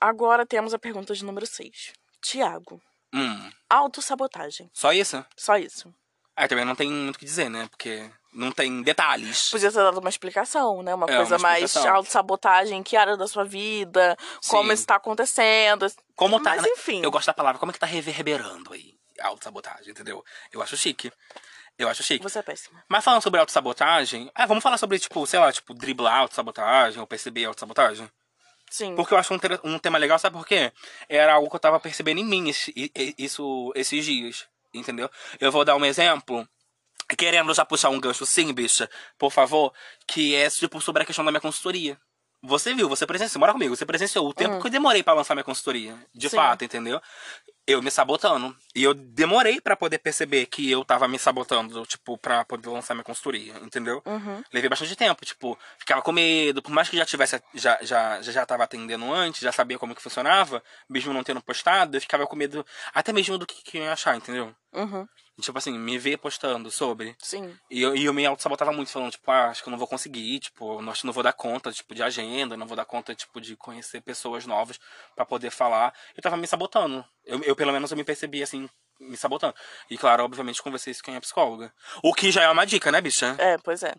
Speaker 1: Agora temos a pergunta de número 6. Tiago,
Speaker 2: Hum,
Speaker 1: autossabotagem.
Speaker 2: só isso?
Speaker 1: Só isso.
Speaker 2: Ah, também não tem muito o que dizer, né? Porque não tem detalhes.
Speaker 1: Podia ter dado uma explicação, né? Uma
Speaker 2: É,
Speaker 1: coisa
Speaker 2: uma
Speaker 1: mais
Speaker 2: explicação.
Speaker 1: autossabotagem, que área da sua vida, como
Speaker 2: Sim.
Speaker 1: isso tá acontecendo.
Speaker 2: Como tá.
Speaker 1: Mas
Speaker 2: né?
Speaker 1: enfim.
Speaker 2: Eu gosto da palavra, como é que tá reverberando aí? a Autossabotagem, entendeu? Eu acho chique. Eu acho chique.
Speaker 1: Você é péssima.
Speaker 2: Mas falando sobre autossabotagem, ah, vamos falar sobre, tipo, sei lá, tipo, driblar autossabotagem ou perceber autossabotagem?
Speaker 1: Sim.
Speaker 2: Porque eu acho um, tre- um tema legal, sabe por quê? Era algo que eu tava percebendo em mim esse- e- e- isso, esses dias, entendeu? Eu vou dar um exemplo, querendo já puxar um gancho sim, bicha, por favor, que é, tipo, sobre a questão da minha consultoria. Você viu, você presenciou, mora comigo, você presenciou o tempo que eu demorei pra lançar minha consultoria, de
Speaker 1: Hum. Sim.
Speaker 2: fato, entendeu? Eu me sabotando. E eu demorei pra poder perceber que eu tava me sabotando, tipo, pra poder lançar minha consultoria, entendeu?
Speaker 1: Uhum.
Speaker 2: Levei bastante tempo, tipo, ficava com medo, por mais que já tivesse, já, já, já, já tava atendendo antes, já sabia como que funcionava, mesmo não tendo postado, eu ficava com medo até mesmo do que, que eu ia achar, entendeu?
Speaker 1: Uhum.
Speaker 2: Tipo assim, me ver postando sobre.
Speaker 1: Sim.
Speaker 2: E eu, e eu me auto-sabotava muito, falando, tipo, ah, acho que eu não vou conseguir, tipo, eu acho que não vou dar conta, tipo, de agenda, não vou dar conta, tipo, de conhecer pessoas novas pra poder falar. Eu tava me sabotando. Eu, eu, pelo menos, eu me percebi, assim, me sabotando. E, claro, obviamente, conversei isso com a minha psicóloga. O que já é uma dica, né, bicha?
Speaker 1: É, pois é.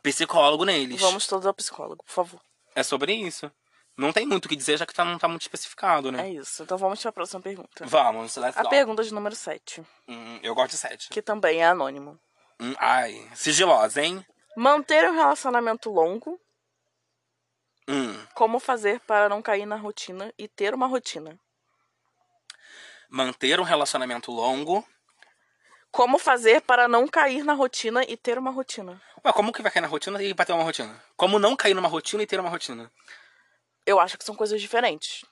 Speaker 2: Psicólogo neles.
Speaker 1: Vamos todos ao psicólogo, por favor.
Speaker 2: É sobre isso. Não tem muito o que dizer, já que tá, não tá muito especificado, né?
Speaker 1: É isso. Então vamos para a próxima pergunta.
Speaker 2: Vamos, let's
Speaker 1: A
Speaker 2: go.
Speaker 1: pergunta de número 7,
Speaker 2: Hum, eu gosto de sete.
Speaker 1: que também é anônimo.
Speaker 2: Hum, ai, sigilosa, hein?
Speaker 1: Manter um relacionamento longo,
Speaker 2: Hum.
Speaker 1: como fazer para não cair na rotina e ter uma rotina?
Speaker 2: Manter um relacionamento longo.
Speaker 1: Como fazer para não cair na rotina e ter uma rotina?
Speaker 2: Ué, como que vai cair na rotina e vai ter uma rotina? Como não cair numa rotina e ter uma rotina?
Speaker 1: Eu acho que são coisas diferentes.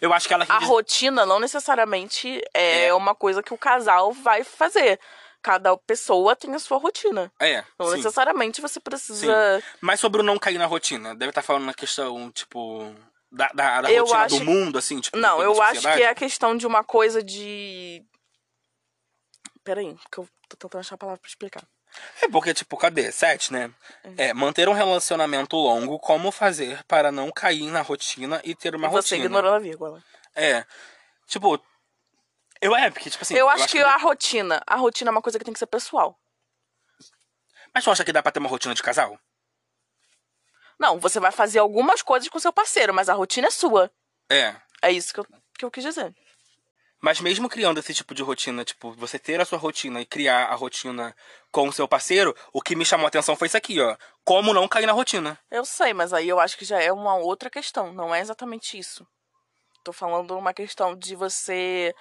Speaker 2: Eu acho que ela
Speaker 1: A
Speaker 2: quis-
Speaker 1: rotina não necessariamente é,
Speaker 2: É.
Speaker 1: uma coisa que o casal vai fazer. Cada pessoa tem a sua rotina.
Speaker 2: É,
Speaker 1: Não
Speaker 2: sim.
Speaker 1: necessariamente você precisa.
Speaker 2: Mas sobre o não cair na rotina, deve estar falando na questão, tipo, da, da, da
Speaker 1: Eu
Speaker 2: rotina
Speaker 1: acho-
Speaker 2: do mundo, assim, tipo,
Speaker 1: Não,
Speaker 2: da
Speaker 1: eu acho
Speaker 2: sociedade.
Speaker 1: que é a questão de uma coisa de. Peraí, que eu tô tentando achar a palavra pra explicar.
Speaker 2: É porque, tipo, cadê? Sete, né? É, manter um relacionamento longo, como fazer para não cair na rotina e ter uma
Speaker 1: você
Speaker 2: rotina.
Speaker 1: ignorou a vírgula.
Speaker 2: É. Tipo, eu é, porque, tipo assim.
Speaker 1: eu acho que a rotina. A rotina é uma coisa que tem que ser pessoal.
Speaker 2: Mas tu acha que dá pra ter uma rotina de casal?
Speaker 1: Não, você vai fazer algumas coisas com seu parceiro, mas a rotina é sua.
Speaker 2: É.
Speaker 1: É isso que eu, que eu quis dizer.
Speaker 2: Mas mesmo criando esse tipo de rotina, tipo, você ter a sua rotina e criar a rotina com o seu parceiro, o que me chamou a atenção foi isso aqui, ó. Como não cair na rotina.
Speaker 1: Eu sei, mas aí eu acho que já é uma outra questão. Não é exatamente isso. Tô falando uma questão de você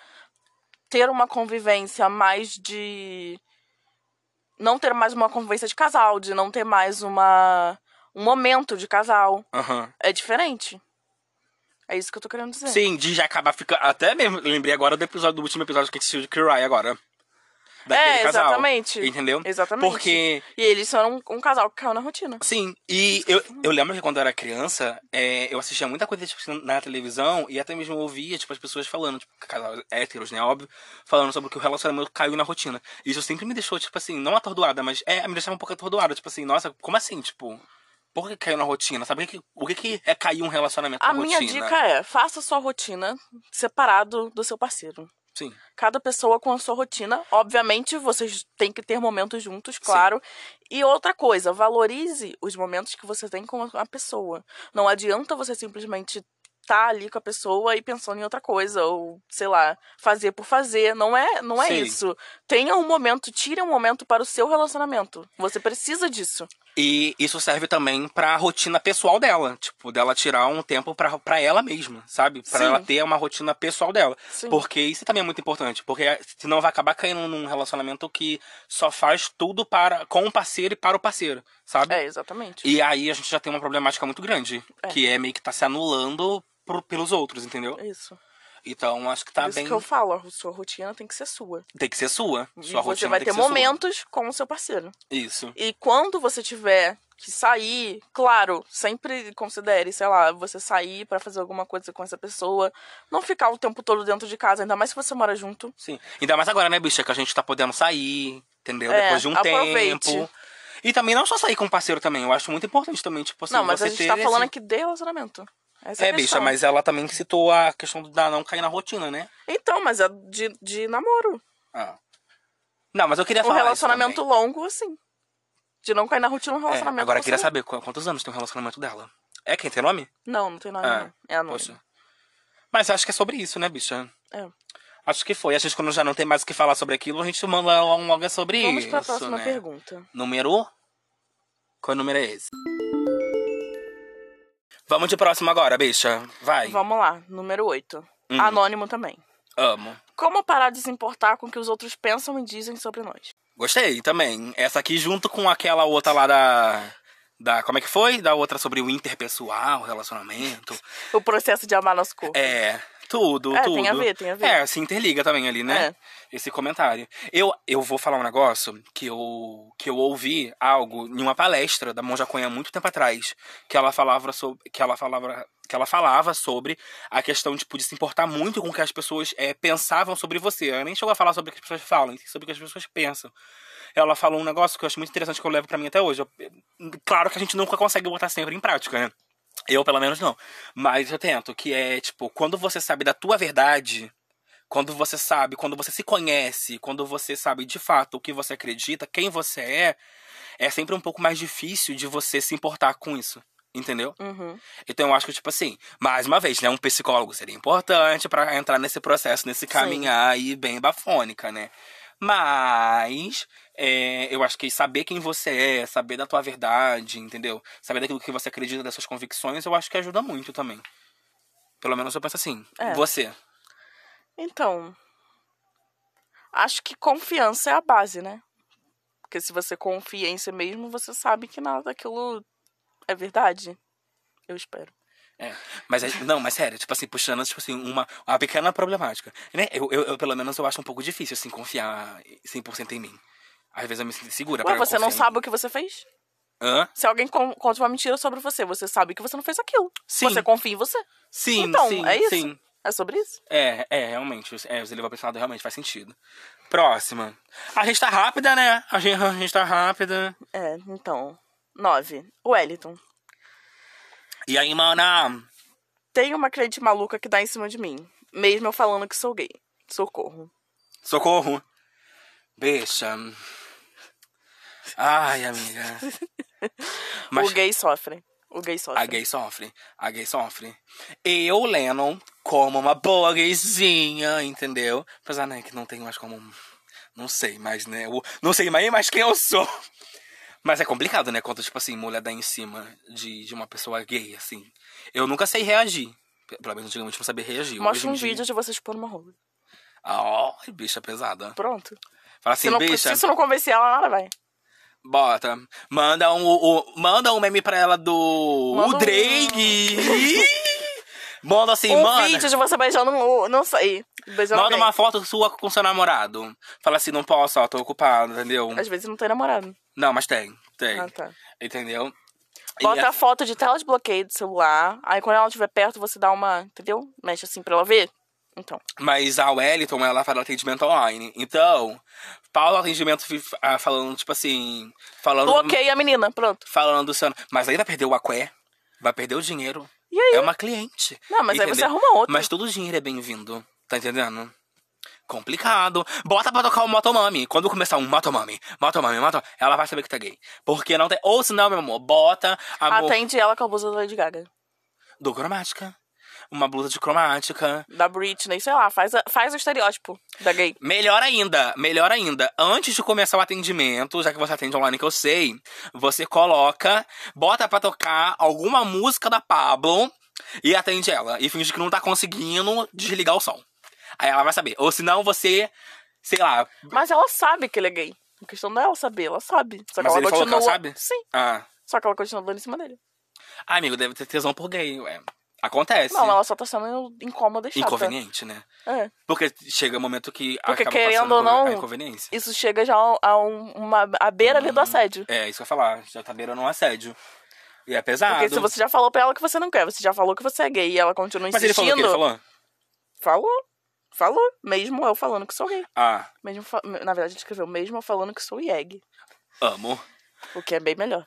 Speaker 1: ter uma convivência mais de. Não ter mais uma convivência de casal, de não ter mais uma. um momento de casal.
Speaker 2: Aham.
Speaker 1: É diferente. É isso que eu tô querendo dizer.
Speaker 2: Sim, de já acabar ficando. Até mesmo, lembrei agora do episódio do último episódio que a gente assistiu de Kirai agora. Daquele
Speaker 1: é,
Speaker 2: casal.
Speaker 1: exatamente.
Speaker 2: Entendeu?
Speaker 1: Exatamente.
Speaker 2: Porque
Speaker 1: E eles foram um casal que caiu na rotina.
Speaker 2: Sim, e eu, eu lembro que quando eu era criança, é, eu assistia muita coisa tipo, na televisão e até mesmo ouvia tipo, as pessoas falando, tipo, casal héteros, né, óbvio, falando sobre que o relacionamento caiu na rotina. E isso sempre me deixou, tipo assim, não atordoada, mas é, me deixava um pouco atordoada, tipo assim, nossa, como assim, tipo, por que caiu na rotina? Sabe o que, o que, que é cair um relacionamento
Speaker 1: A
Speaker 2: na
Speaker 1: minha
Speaker 2: rotina?
Speaker 1: dica é: faça sua rotina separado do seu parceiro.
Speaker 2: Sim,
Speaker 1: Cada pessoa com a sua rotina. Obviamente, vocês têm que ter momentos juntos, claro. E outra coisa, valorize os momentos que você tem com a pessoa. Não adianta você simplesmente tá ali com a pessoa e pensando em outra coisa, ou, sei lá, fazer por fazer. Não é, não é
Speaker 2: Sim.
Speaker 1: isso. Tenha um momento, tire um momento para o seu relacionamento. Você precisa disso.
Speaker 2: E isso serve também pra rotina pessoal dela. Tipo, dela tirar um tempo pra, pra ela mesma, sabe? Pra
Speaker 1: Sim.
Speaker 2: ela ter uma rotina pessoal dela.
Speaker 1: Sim.
Speaker 2: Porque isso também é muito importante. Porque senão vai acabar caindo num relacionamento que só faz tudo para com o parceiro e para o parceiro, sabe?
Speaker 1: É, exatamente.
Speaker 2: E aí a gente já tem uma problemática muito grande.
Speaker 1: É.
Speaker 2: Que é meio que tá se anulando pro- pelos outros, entendeu?
Speaker 1: Isso.
Speaker 2: Então acho que
Speaker 1: Por
Speaker 2: tá
Speaker 1: isso
Speaker 2: bem.
Speaker 1: que eu falo, a sua rotina tem que ser sua.
Speaker 2: Tem que ser sua. Sua
Speaker 1: e você
Speaker 2: rotina
Speaker 1: vai
Speaker 2: tem
Speaker 1: ter
Speaker 2: que ser sua.
Speaker 1: momentos com o seu parceiro.
Speaker 2: Isso.
Speaker 1: E quando você tiver que sair, claro, sempre considere, sei lá, você sair pra fazer alguma coisa com essa pessoa, não ficar o tempo todo dentro de casa, ainda mais se você mora junto.
Speaker 2: Sim. Ainda mais agora, né, bicha? Que a gente tá podendo sair, entendeu?
Speaker 1: É,
Speaker 2: Depois de um
Speaker 1: aproveite.
Speaker 2: tempo. E também não só sair com o parceiro também. Eu acho muito importante também, tipo assim,
Speaker 1: não, mas
Speaker 2: você
Speaker 1: a gente
Speaker 2: ter
Speaker 1: tá
Speaker 2: esse-
Speaker 1: falando aqui de relacionamento. Essa
Speaker 2: É,
Speaker 1: a
Speaker 2: bicha,
Speaker 1: questão.
Speaker 2: mas ela também citou a questão da não cair na rotina, né?
Speaker 1: Então, mas é de, de namoro.
Speaker 2: Ah. Não, mas eu queria
Speaker 1: Um
Speaker 2: falar. isso
Speaker 1: relacionamento
Speaker 2: também.
Speaker 1: longo, assim. De não cair na rotina um
Speaker 2: É,
Speaker 1: relacionamento.
Speaker 2: agora eu queria
Speaker 1: você-
Speaker 2: saber qu- quantos anos tem o relacionamento dela. É quem tem nome?
Speaker 1: Não, não tem nome.
Speaker 2: Ah,
Speaker 1: não. É anônimo.
Speaker 2: Poxa. Mas acho que é sobre isso, né, bicha?
Speaker 1: É.
Speaker 2: Acho que foi. A gente, quando já não tem mais o que falar sobre aquilo, a gente manda um logo sobre
Speaker 1: Vamos
Speaker 2: isso.
Speaker 1: pra próxima
Speaker 2: né?
Speaker 1: pergunta.
Speaker 2: Número? um? Qual número é esse? Vamos de próximo agora, bicha. Vai.
Speaker 1: Vamos lá, número 8.
Speaker 2: Hum.
Speaker 1: Anônimo também.
Speaker 2: Amo.
Speaker 1: Como parar de se importar com o que os outros pensam e dizem sobre nós?
Speaker 2: Gostei também. Essa aqui junto com aquela outra lá da. Da, como é que foi? Da outra sobre o interpessoal, relacionamento.
Speaker 1: O processo de amar nosso corpo.
Speaker 2: É, tudo,
Speaker 1: É,
Speaker 2: tudo.
Speaker 1: tem a ver, tem a ver.
Speaker 2: É, se interliga também ali, né?
Speaker 1: É.
Speaker 2: Esse comentário. Eu, eu vou falar um negócio que eu, que eu ouvi algo em uma palestra da Monja Cunha há muito tempo atrás, que ela falava sobre, que ela falava, que ela falava sobre a questão tipo, de se importar muito com o que as pessoas eh, pensavam sobre você. Ela nem chegou a falar sobre o que as pessoas falam, sobre o que as pessoas pensam ela falou um negócio que eu acho muito interessante que eu levo pra mim até hoje. Eu- claro que a gente nunca consegue botar sempre em prática, né? Eu, pelo menos, não. Mas eu tento, que é, tipo, quando você sabe da tua verdade, quando você sabe, quando você se conhece, quando você sabe de fato o que você acredita, quem você é, é sempre um pouco mais difícil de você se importar com isso. Entendeu?
Speaker 1: Uhum.
Speaker 2: Então eu acho que, tipo assim, mais uma vez, né? Um psicólogo seria importante pra entrar nesse processo, nesse caminhar aí bem bafônica, né? Mas é, eu acho que saber quem você é, saber da tua verdade, entendeu? Saber daquilo que você acredita, das suas convicções, eu acho que ajuda muito também. Pelo menos eu penso assim.
Speaker 1: É.
Speaker 2: Você.
Speaker 1: Então, acho que confiança é a base, né? Porque se você confia em si mesmo, você sabe que nada daquilo é verdade. Eu espero.
Speaker 2: É. Mas, é- não, mas sério, tipo assim, puxando, tipo assim, uma, uma pequena problemática. Né? Eu, eu, eu, pelo menos, eu acho um pouco difícil, assim, confiar 100% em mim. Às vezes eu me sinto insegura
Speaker 1: Ué,
Speaker 2: pra
Speaker 1: você não
Speaker 2: confiar em
Speaker 1: sabe
Speaker 2: mim.
Speaker 1: o que você fez?
Speaker 2: Hã?
Speaker 1: Se alguém con- conta uma mentira sobre você, você sabe que você não fez aquilo.
Speaker 2: Sim.
Speaker 1: Você confia em você.
Speaker 2: Sim,
Speaker 1: Então,
Speaker 2: sim,
Speaker 1: é isso?
Speaker 2: sim.
Speaker 1: É sobre isso?
Speaker 2: É, é, realmente. É, você levou pra esse lado, realmente faz sentido. Próxima. A gente tá rápida, né? A gente, a gente tá rápida.
Speaker 1: É, então. Nove. Wellington.
Speaker 2: E aí, mana?
Speaker 1: Tem uma crente maluca que dá em cima de mim. Mesmo eu falando que sou gay. Socorro.
Speaker 2: Socorro. Bicha. Ai, amiga. Mas
Speaker 1: O gay sofre. O gay sofre.
Speaker 2: a gay sofre. A gay sofre. Eu, Lennon, como uma boa gayzinha, entendeu? Apesar, né, que não tenho mais como... Não sei mais, né? Eu não sei mais, mais quem eu sou. Mas é complicado, né? Quando, tipo assim, mulher dá em cima de, de uma pessoa gay, assim. Eu nunca sei reagir. P- Pelo menos antigamente eu não sabia reagir. Hoje
Speaker 1: Mostra
Speaker 2: em
Speaker 1: um
Speaker 2: dia-
Speaker 1: vídeo de você expor uma rola.
Speaker 2: Ai, bicha pesada.
Speaker 1: Pronto.
Speaker 2: Fala
Speaker 1: Se,
Speaker 2: assim,
Speaker 1: não, se
Speaker 2: bicha,
Speaker 1: isso não convencer ela, nada vai.
Speaker 2: bota. Manda um, o- manda um meme pra ela do...
Speaker 1: Manda
Speaker 2: o
Speaker 1: um-
Speaker 2: Drake. manda assim,
Speaker 1: um
Speaker 2: manda...
Speaker 1: vídeo de você beijando um... Não sei. Beijando
Speaker 2: Manda
Speaker 1: alguém.
Speaker 2: uma foto sua com seu namorado. Fala assim, não posso, ó, tô ocupado, entendeu?
Speaker 1: Às vezes não tem namorado.
Speaker 2: Não, mas tem, tem.
Speaker 1: Ah, tá.
Speaker 2: Entendeu? E
Speaker 1: Bota
Speaker 2: é-
Speaker 1: a foto de tela de bloqueio do celular. Aí quando ela estiver perto, você dá uma... Entendeu? Mexe assim pra ela ver. Então.
Speaker 2: Mas a Wellington, ela faz atendimento online. Então, Paulo atendimento fi- ah, falando, tipo assim. Falando.
Speaker 1: Bloqueia a menina. Pronto.
Speaker 2: Falando do seu. Mas aí vai perder o aqué, vai perder o dinheiro.
Speaker 1: E aí?
Speaker 2: É uma cliente.
Speaker 1: Não, mas aí você arruma outra.
Speaker 2: Mas todo o dinheiro é bem-vindo. Tá entendendo? Complicado. Bota pra tocar o Motomami. Quando começar um Motomami, Motomami, Motomami, ela vai saber que tá gay. Porque não tem. Ou se não, meu amor, bota a
Speaker 1: Ah, Atende ela com a blusa da Lady Gaga.
Speaker 2: do cromática. uma blusa de cromática.
Speaker 1: Da Britney, sei lá, faz, a- faz o estereótipo da gay.
Speaker 2: Melhor ainda, melhor ainda, antes de começar o atendimento, já que você atende online que eu sei, você coloca, bota pra tocar alguma música da Pablo e atende ela. E finge que não tá conseguindo desligar o som. Aí ela vai saber. Ou senão você, sei lá.
Speaker 1: Mas ela sabe que ele é gay. A questão não é ela saber, ela sabe. Só que
Speaker 2: Mas
Speaker 1: ela
Speaker 2: ele falou
Speaker 1: continua.
Speaker 2: que ela sabe?
Speaker 1: Sim.
Speaker 2: Ah,
Speaker 1: Só que ela continua dando em cima dele.
Speaker 2: ah, amigo, deve ter tesão por gay. Ué. Acontece.
Speaker 1: Não, ela só tá sendo incômoda e chata.
Speaker 2: Inconveniente, né?
Speaker 1: É.
Speaker 2: Porque chega um momento que
Speaker 1: Porque
Speaker 2: acaba
Speaker 1: querendo
Speaker 2: passando
Speaker 1: ou
Speaker 2: por-
Speaker 1: não-
Speaker 2: a inconveniência.
Speaker 1: Isso chega já a, um- uma, a beira ali do assédio.
Speaker 2: É, isso que eu ia falar. Já tá beirando um assédio. E é pesado.
Speaker 1: Porque se você já falou pra ela que você não quer, você já falou que você é gay e ela continua
Speaker 2: Mas
Speaker 1: insistindo.
Speaker 2: ele falou o que ele falou?
Speaker 1: Falou. Falou. Mesmo eu falando que sou gay.
Speaker 2: Ah,
Speaker 1: Mesmo fa- Na verdade, ele escreveu mesmo eu falando que sou IEG.
Speaker 2: amo.
Speaker 1: O que é bem melhor.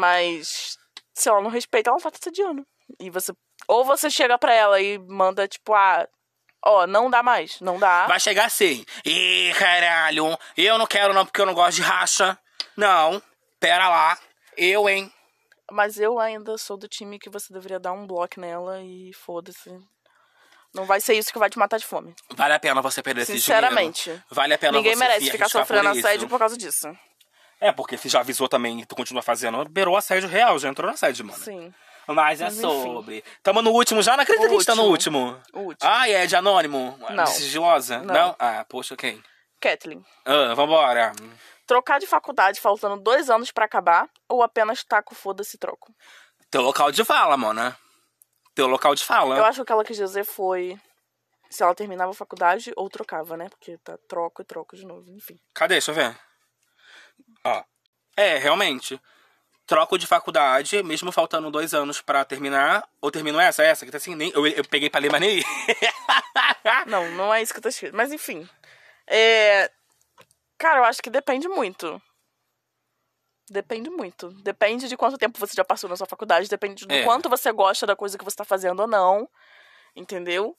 Speaker 1: Mas se ela não respeita, ela vai te assediando. E você. Ou você chega pra ela e manda, tipo, ah, ó, não dá mais. Não dá.
Speaker 2: Vai chegar assim. Ih, caralho. Eu não quero não porque eu não gosto de racha. Não. Pera lá. Eu, hein.
Speaker 1: Mas eu ainda sou do time que você deveria dar um bloco nela e foda-se. Não vai ser isso que vai te matar de fome.
Speaker 2: Vale a pena você perder esse dinheiro.
Speaker 1: Sinceramente.
Speaker 2: Vale a pena
Speaker 1: Ninguém
Speaker 2: você
Speaker 1: merece
Speaker 2: se
Speaker 1: ficar
Speaker 2: arriscar
Speaker 1: sofrendo
Speaker 2: por isso.
Speaker 1: assédio por causa disso.
Speaker 2: É, porque se já avisou também e tu continua fazendo, beirou assédio real, já entrou no assédio, mano.
Speaker 1: Sim.
Speaker 2: Mas é
Speaker 1: Mas enfim.
Speaker 2: sobre. Tamo no último já? Não acredito que a gente tá no último.
Speaker 1: O último.
Speaker 2: Ah, é de anônimo?
Speaker 1: Não.
Speaker 2: De sigilosa?
Speaker 1: Não.
Speaker 2: Ah, poxa, quem?
Speaker 1: Kathleen.
Speaker 2: Ah, vambora.
Speaker 1: Trocar de faculdade faltando dois anos pra acabar ou apenas taco foda-se e troco?
Speaker 2: Teu local de fala, mona. Teu local de fala.
Speaker 1: Eu acho que o que ela quis dizer foi se ela terminava a faculdade ou trocava, né? Porque tá troco e troco de novo, enfim.
Speaker 2: Cadê? Deixa eu ver. Ó. É, realmente. Troco de faculdade, mesmo faltando dois anos pra terminar. Ou termino essa? Essa? Que tá assim, nem, eu, eu peguei pra ler, mas nem. li.
Speaker 1: Não, não é isso que tá escrito. Mas enfim. É... Cara, eu acho que depende muito. Depende muito. Depende de quanto tempo você já passou na sua faculdade, depende do
Speaker 2: É.
Speaker 1: quanto você gosta da coisa que você tá fazendo ou não. Entendeu?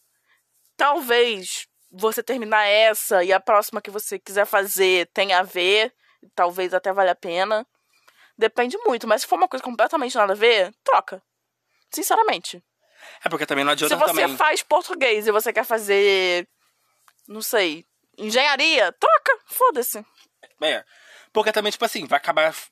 Speaker 1: Talvez você terminar essa e a próxima que você quiser fazer tenha a ver. Talvez até valha a pena. Depende muito, mas se for uma coisa completamente nada a ver, troca. Sinceramente.
Speaker 2: é porque também não
Speaker 1: Se
Speaker 2: adianta
Speaker 1: você
Speaker 2: também.
Speaker 1: faz português e você quer fazer, não sei, engenharia, troca, foda-se.
Speaker 2: É. Porque também, tipo assim, vai acabar f-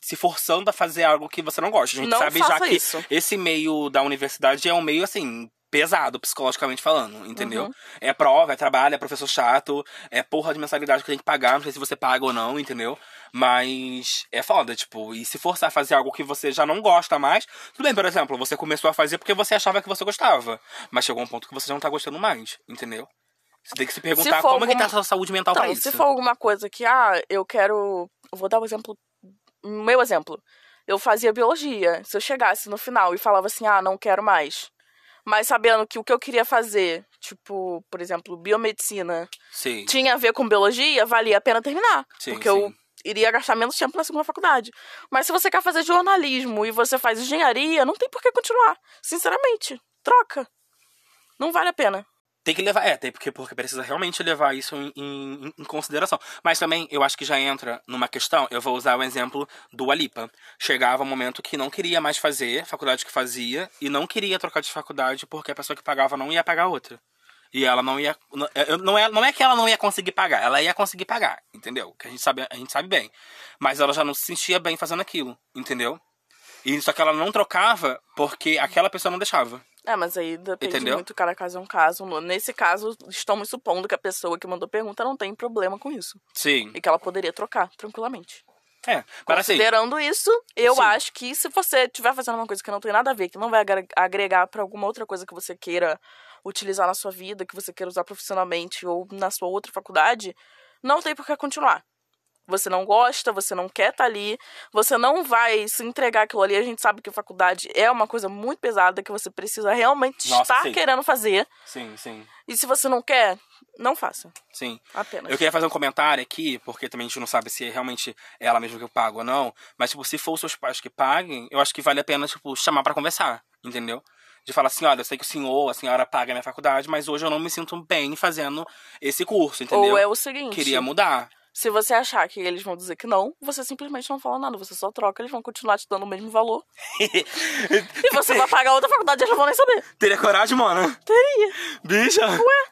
Speaker 2: se forçando a fazer algo que você não gosta. A gente
Speaker 1: Não
Speaker 2: sabe já
Speaker 1: faça
Speaker 2: que
Speaker 1: isso.
Speaker 2: esse meio da universidade é um meio assim. Pesado, psicologicamente falando, entendeu?
Speaker 1: Uhum.
Speaker 2: É prova, é trabalho, é professor chato, é porra de mensalidade que tem que pagar, não sei se você paga ou não, entendeu? Mas é foda, tipo, e se forçar a fazer algo que você já não gosta mais, tudo bem, por exemplo, você começou a fazer porque você achava que você gostava, mas chegou um ponto que você já não tá gostando mais, entendeu? Você tem que se perguntar
Speaker 1: for
Speaker 2: como é que
Speaker 1: algum-
Speaker 2: tá a sua saúde mental pra
Speaker 1: Então,
Speaker 2: isso.
Speaker 1: se for alguma coisa que, ah, eu quero. eu Vou dar um exemplo. Meu exemplo. Eu fazia biologia. Se eu chegasse no final e falava assim, ah, não quero mais. Mas sabendo que o que eu queria fazer, tipo, por exemplo, biomedicina,
Speaker 2: Sim.
Speaker 1: tinha a ver com biologia, valia a pena terminar.
Speaker 2: Sim,
Speaker 1: porque eu
Speaker 2: sim.
Speaker 1: iria gastar menos tempo na segunda faculdade. Mas se você quer fazer jornalismo e você faz engenharia, não tem por que continuar. Sinceramente, troca. Não vale a pena.
Speaker 2: Tem que levar, é, tem porque, porque precisa realmente levar isso em, em- em consideração. Mas também, eu acho que já entra numa questão, eu vou usar o exemplo do Alipa. Chegava um momento que não queria mais fazer, faculdade que fazia, e não queria trocar de faculdade porque a pessoa que pagava não ia pagar outra. E ela não ia. Não, eu- não é, não é que ela não ia conseguir pagar, ela ia conseguir pagar, entendeu? Que a gente sabe, a gente sabe bem. Mas ela já não se sentia bem fazendo aquilo, entendeu? E só que ela não trocava porque aquela pessoa não deixava.
Speaker 1: É, mas aí depende
Speaker 2: Entendeu?
Speaker 1: muito, cada caso é um caso. No- Nesse caso, estamos supondo que a pessoa que mandou pergunta não tem problema com isso.
Speaker 2: Sim.
Speaker 1: E que ela poderia trocar tranquilamente.
Speaker 2: É, para assim.
Speaker 1: Considerando isso, eu
Speaker 2: Sim.
Speaker 1: acho que se você estiver fazendo uma coisa que não tem nada a ver, que não vai agre- agregar pra alguma outra coisa que você queira utilizar na sua vida, que você queira usar profissionalmente ou na sua outra faculdade, não tem por que continuar. Você não gosta, você não quer estar ali, você não vai se entregar aquilo ali. A gente sabe que faculdade é uma coisa muito pesada que você precisa realmente
Speaker 2: Nossa,
Speaker 1: estar
Speaker 2: sim.
Speaker 1: querendo fazer.
Speaker 2: Sim, sim,
Speaker 1: E se você não quer, não faça.
Speaker 2: sim.
Speaker 1: Apenas.
Speaker 2: Eu queria fazer um comentário aqui, porque também a gente não sabe se é realmente ela mesma que eu pago ou não. Mas, tipo, se for os seus pais que paguem, eu acho que vale a pena, tipo, chamar pra conversar, entendeu? De falar assim, olha, eu sei que o senhor, a senhora paga a minha faculdade, mas hoje eu não me sinto bem fazendo esse curso, entendeu?
Speaker 1: Ou é o seguinte.
Speaker 2: Queria mudar.
Speaker 1: Se você achar que eles vão dizer que não, você simplesmente não fala nada, você só troca, eles vão continuar te dando o mesmo valor. e você vai pagar outra faculdade, eles não vão nem saber.
Speaker 2: Teria coragem, mano?
Speaker 1: Teria.
Speaker 2: Bicha. Ué.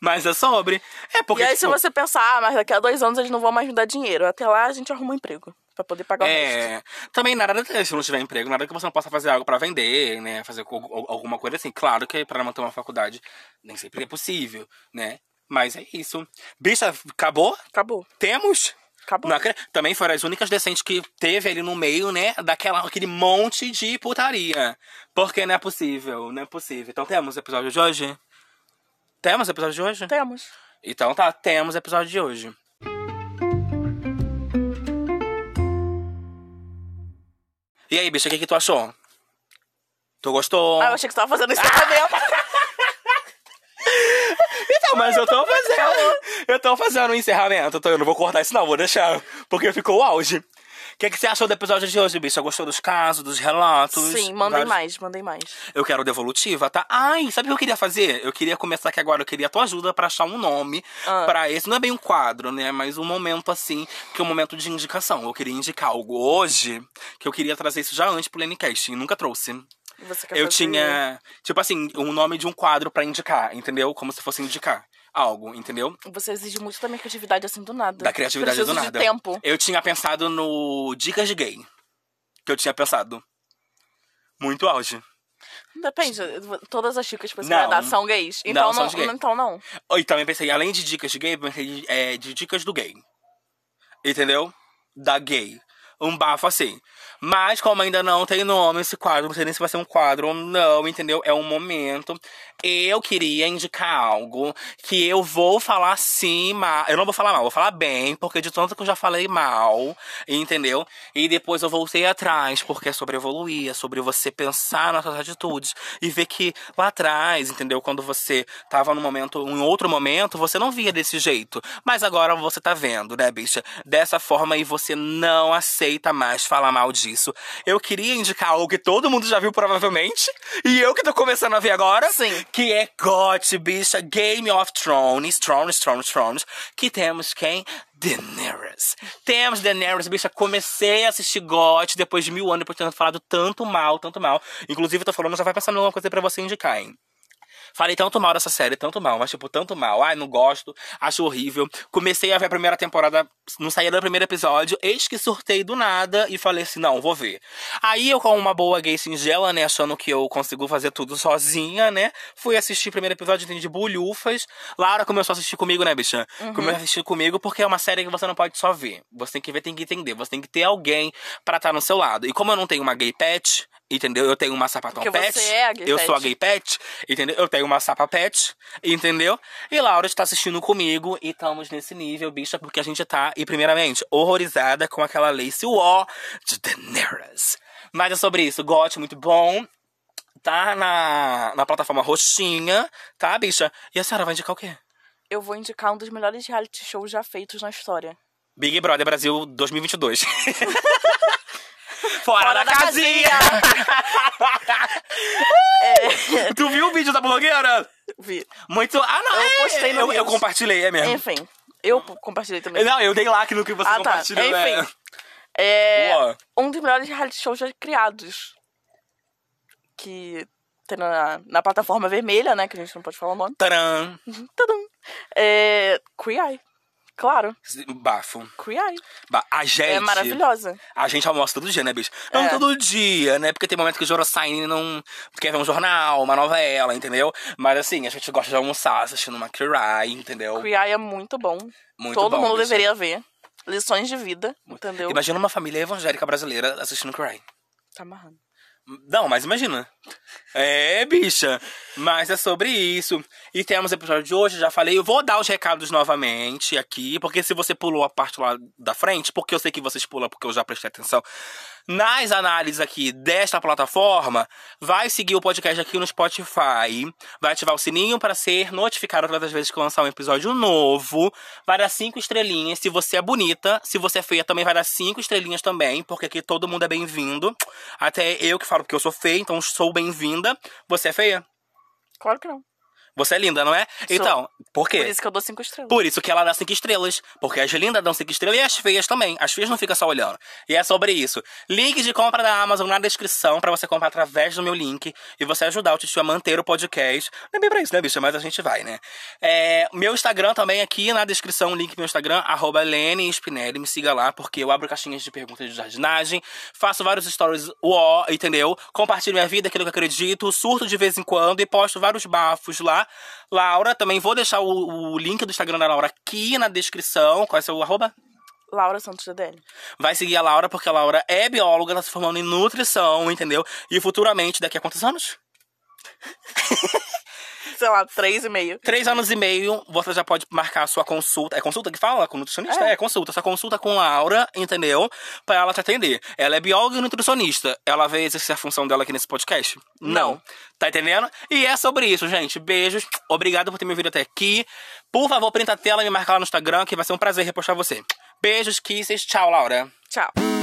Speaker 2: Mas é sobre. É porque.
Speaker 1: e aí, se
Speaker 2: tipo,
Speaker 1: você pensar, ah, mas daqui a dois anos eles não vão mais me dar dinheiro. Até lá a gente arruma um emprego pra poder pagar o resto.
Speaker 2: É. Também nada de- se não tiver emprego, nada que você não possa fazer algo pra vender, né? Fazer co- al- alguma coisa assim. Claro que pra manter uma faculdade nem sempre é possível, né? Mas é isso. Bicha, acabou?
Speaker 1: Acabou.
Speaker 2: Temos?
Speaker 1: Acabou.
Speaker 2: Não acre- também foram as únicas decentes que teve ali no meio, né? Daquela, aquele monte de putaria. Porque não é possível, não é possível. Então temos o episódio de hoje? Temos o episódio de hoje?
Speaker 1: Temos.
Speaker 2: Então tá, temos o episódio de hoje. E aí, bicho, o que, que tu achou? Tu gostou?
Speaker 1: Ah, eu achei que você tava fazendo encerramento.
Speaker 2: Então, mas eu tô fazendo. Eu tô fazendo um encerramento. Então eu não vou cortar isso, não, vou deixar. Porque ficou o auge. O que, que você achou do episódio de hoje, bicho? Gostou dos casos, dos relatos?
Speaker 1: Sim, mandem
Speaker 2: Vários-
Speaker 1: assim, mais, mandem mais.
Speaker 2: Eu quero devolutiva, tá? Ai, sabe o que eu queria fazer? Eu queria começar aqui agora, eu queria a tua ajuda pra achar um nome
Speaker 1: Ah.
Speaker 2: pra esse. Não é bem um quadro, né? Mas um momento assim, que é um momento de indicação. Eu queria indicar algo hoje, que eu queria trazer isso já antes pro Lenicast, e nunca trouxe.
Speaker 1: Você quer
Speaker 2: Eu
Speaker 1: fazer-
Speaker 2: tinha, tipo assim, um nome de um quadro pra indicar, entendeu? Como se fosse indicar algo, entendeu?
Speaker 1: Você exige muito da minha criatividade assim do nada.
Speaker 2: Da criatividade
Speaker 1: Preciso
Speaker 2: do nada.
Speaker 1: de tempo.
Speaker 2: Eu tinha pensado no Dicas de Gay. Que eu tinha pensado. Muito auge.
Speaker 1: Depende, todas as chicas que você vai
Speaker 2: Não.
Speaker 1: dar são gays. Então
Speaker 2: Não,
Speaker 1: não,
Speaker 2: são de gay.
Speaker 1: então não.
Speaker 2: Oh, E também pensei, além de dicas de gay, pensei é, de dicas do gay. Entendeu? Da gay. Um bafo assim. Mas como ainda não tem nome esse quadro, não sei nem se vai ser um quadro ou não, entendeu? É um momento. Eu queria indicar algo que eu vou falar sim, mas... Eu não vou falar mal, vou falar bem, porque de tanto que eu já falei mal, entendeu? E depois eu voltei atrás, porque é sobre evoluir, é sobre você pensar nas suas atitudes e ver que lá atrás, entendeu? Quando você tava num momento, em outro momento, você não via desse jeito. Mas agora você tá vendo, né, bicha? Dessa forma e você não aceita mais falar mal disso. Eu queria indicar algo que todo mundo já viu provavelmente, e eu que tô começando a ver agora.
Speaker 1: Sim.
Speaker 2: Que é GOT, bicha, Game of Thrones, Thrones, Thrones, Thrones, que temos quem? Daenerys. Temos Daenerys, bicha, comecei a assistir GOT depois de mil anos, depois de ter falado tanto mal, tanto mal. Inclusive, eu tô falando, já vai pensando em alguma coisa pra você indicar, hein? Falei tanto mal dessa série, tanto mal, mas tipo, tanto mal. Ai, não gosto, acho horrível. Comecei a ver a primeira temporada, não saía do primeiro episódio, eis que surtei do nada e falei assim: não, vou ver. Aí eu, com uma boa gay singela, né, achando que eu consigo fazer tudo sozinha, né, fui assistir o primeiro episódio, entendi bolhufas. Lara começou a assistir comigo, né, bicha?
Speaker 1: Uhum.
Speaker 2: Começou a assistir comigo porque é uma série que você não pode só ver. Você tem que ver, tem que entender. Você tem que ter alguém pra estar no seu lado. E como eu não tenho uma gay pet, entendeu? Eu tenho uma sapatão
Speaker 1: Porque
Speaker 2: pet.
Speaker 1: você é a gay
Speaker 2: eu sou a
Speaker 1: pet.
Speaker 2: gay Gay Pet, entendeu? Eu tenho uma sapa pet, entendeu? E Laura está assistindo comigo e estamos nesse nível, bicha, porque a gente tá, e primeiramente, horrorizada com aquela Lacey War de Daenerys. Mas é sobre isso, gote muito bom. Tá na, na plataforma roxinha, tá, bicha? E a senhora vai indicar o quê?
Speaker 1: Eu vou indicar um dos melhores reality shows já feitos na história.
Speaker 2: Big Brother Brasil 2022. Fora, da,
Speaker 1: da
Speaker 2: casinha! Tu viu o vídeo da blogueira?
Speaker 1: Vi.
Speaker 2: Muito. Ah, não!
Speaker 1: Eu
Speaker 2: é,
Speaker 1: postei no
Speaker 2: eu, eu
Speaker 1: Reels.
Speaker 2: compartilhei, é mesmo.
Speaker 1: Enfim, eu
Speaker 2: Ah.
Speaker 1: compartilhei também.
Speaker 2: Não, eu dei like no que você
Speaker 1: Ah, tá.
Speaker 2: compartilhou, né?
Speaker 1: Enfim. É
Speaker 2: Uó.
Speaker 1: um dos melhores reality shows já criados. Que tem na, na plataforma vermelha, né? Que a gente não pode falar o nome.
Speaker 2: Tcharam.
Speaker 1: Tadam. É. Queer Eye. Claro,
Speaker 2: Bafo.
Speaker 1: Queer Eye.
Speaker 2: Ba- A gente.
Speaker 1: É maravilhosa.
Speaker 2: A gente almoça todo dia, né, bicho? Não
Speaker 1: É.
Speaker 2: todo dia, né? Porque tem momento que o Jorossain não quer ver um jornal, uma novela, entendeu? Mas assim, a gente gosta de almoçar assistindo uma Kirai, entendeu?
Speaker 1: Queer Eye é muito bom.
Speaker 2: Muito
Speaker 1: Todo
Speaker 2: bom,
Speaker 1: mundo
Speaker 2: bicho.
Speaker 1: deveria ver. Lições de vida, entendeu?
Speaker 2: Imagina uma família evangélica brasileira assistindo Kirai.
Speaker 1: Tá amarrando.
Speaker 2: Não, mas imagina. É, bicha. Mas é sobre isso. E temos o episódio de hoje, já falei. Eu vou dar os recados novamente aqui, porque se você pulou a parte lá da frente, porque eu sei que vocês pulam, porque eu já prestei atenção. Nas análises aqui desta plataforma, vai seguir o podcast aqui no Spotify, vai ativar o sininho para ser notificado todas as vezes que lançar um episódio novo, vai dar cinco estrelinhas se você é bonita, se você é feia também vai dar cinco estrelinhas também, porque aqui todo mundo é bem-vindo. Até eu que falo porque eu sou feia, então sou bem-vinda. Você é feia?
Speaker 1: Claro que não.
Speaker 2: Você é linda, não é? Então, por quê?
Speaker 1: Por isso que eu dou cinco estrelas.
Speaker 2: Por isso que ela dá cinco estrelas. Porque as lindas dão cinco estrelas e as feias também. As feias não ficam só olhando. E é sobre isso. Link de compra da Amazon na descrição pra você comprar através do meu link e você ajudar o Titio a manter o podcast. Não é bem pra isso, né, bicha? Mas a gente vai, né? É, meu Instagram também aqui na descrição, o link pro meu Instagram, arroba Lene Spinelli. Me siga lá, porque eu abro caixinhas de perguntas de jardinagem, faço vários stories uó, entendeu? Compartilho minha vida, aquilo que eu acredito, surto de vez em quando e posto vários bafos lá. Laura, também vou deixar o, o link do Instagram da Laura aqui na descrição. Qual é o seu arroba?
Speaker 1: Laura Santos DDL.
Speaker 2: Vai seguir a Laura, porque a Laura é bióloga, ela se formando em nutrição, entendeu? E futuramente, daqui a quantos anos?
Speaker 1: Sei lá, três e meio.
Speaker 2: Três anos e meio, você já pode marcar a sua consulta. É consulta que fala? Com nutricionista? É,
Speaker 1: É.
Speaker 2: consulta. Sua consulta com Laura, entendeu? Pra ela te atender. Ela é bióloga e nutricionista. Ela veio exercer a função dela aqui nesse podcast? Não. Tá entendendo? E é sobre isso, gente. Beijos. Obrigado por ter me ouvido até aqui. Por favor, printa a tela e me marca lá no Instagram, que vai ser um prazer repostar você. Beijos, kisses. Tchau, Laura.
Speaker 1: Tchau.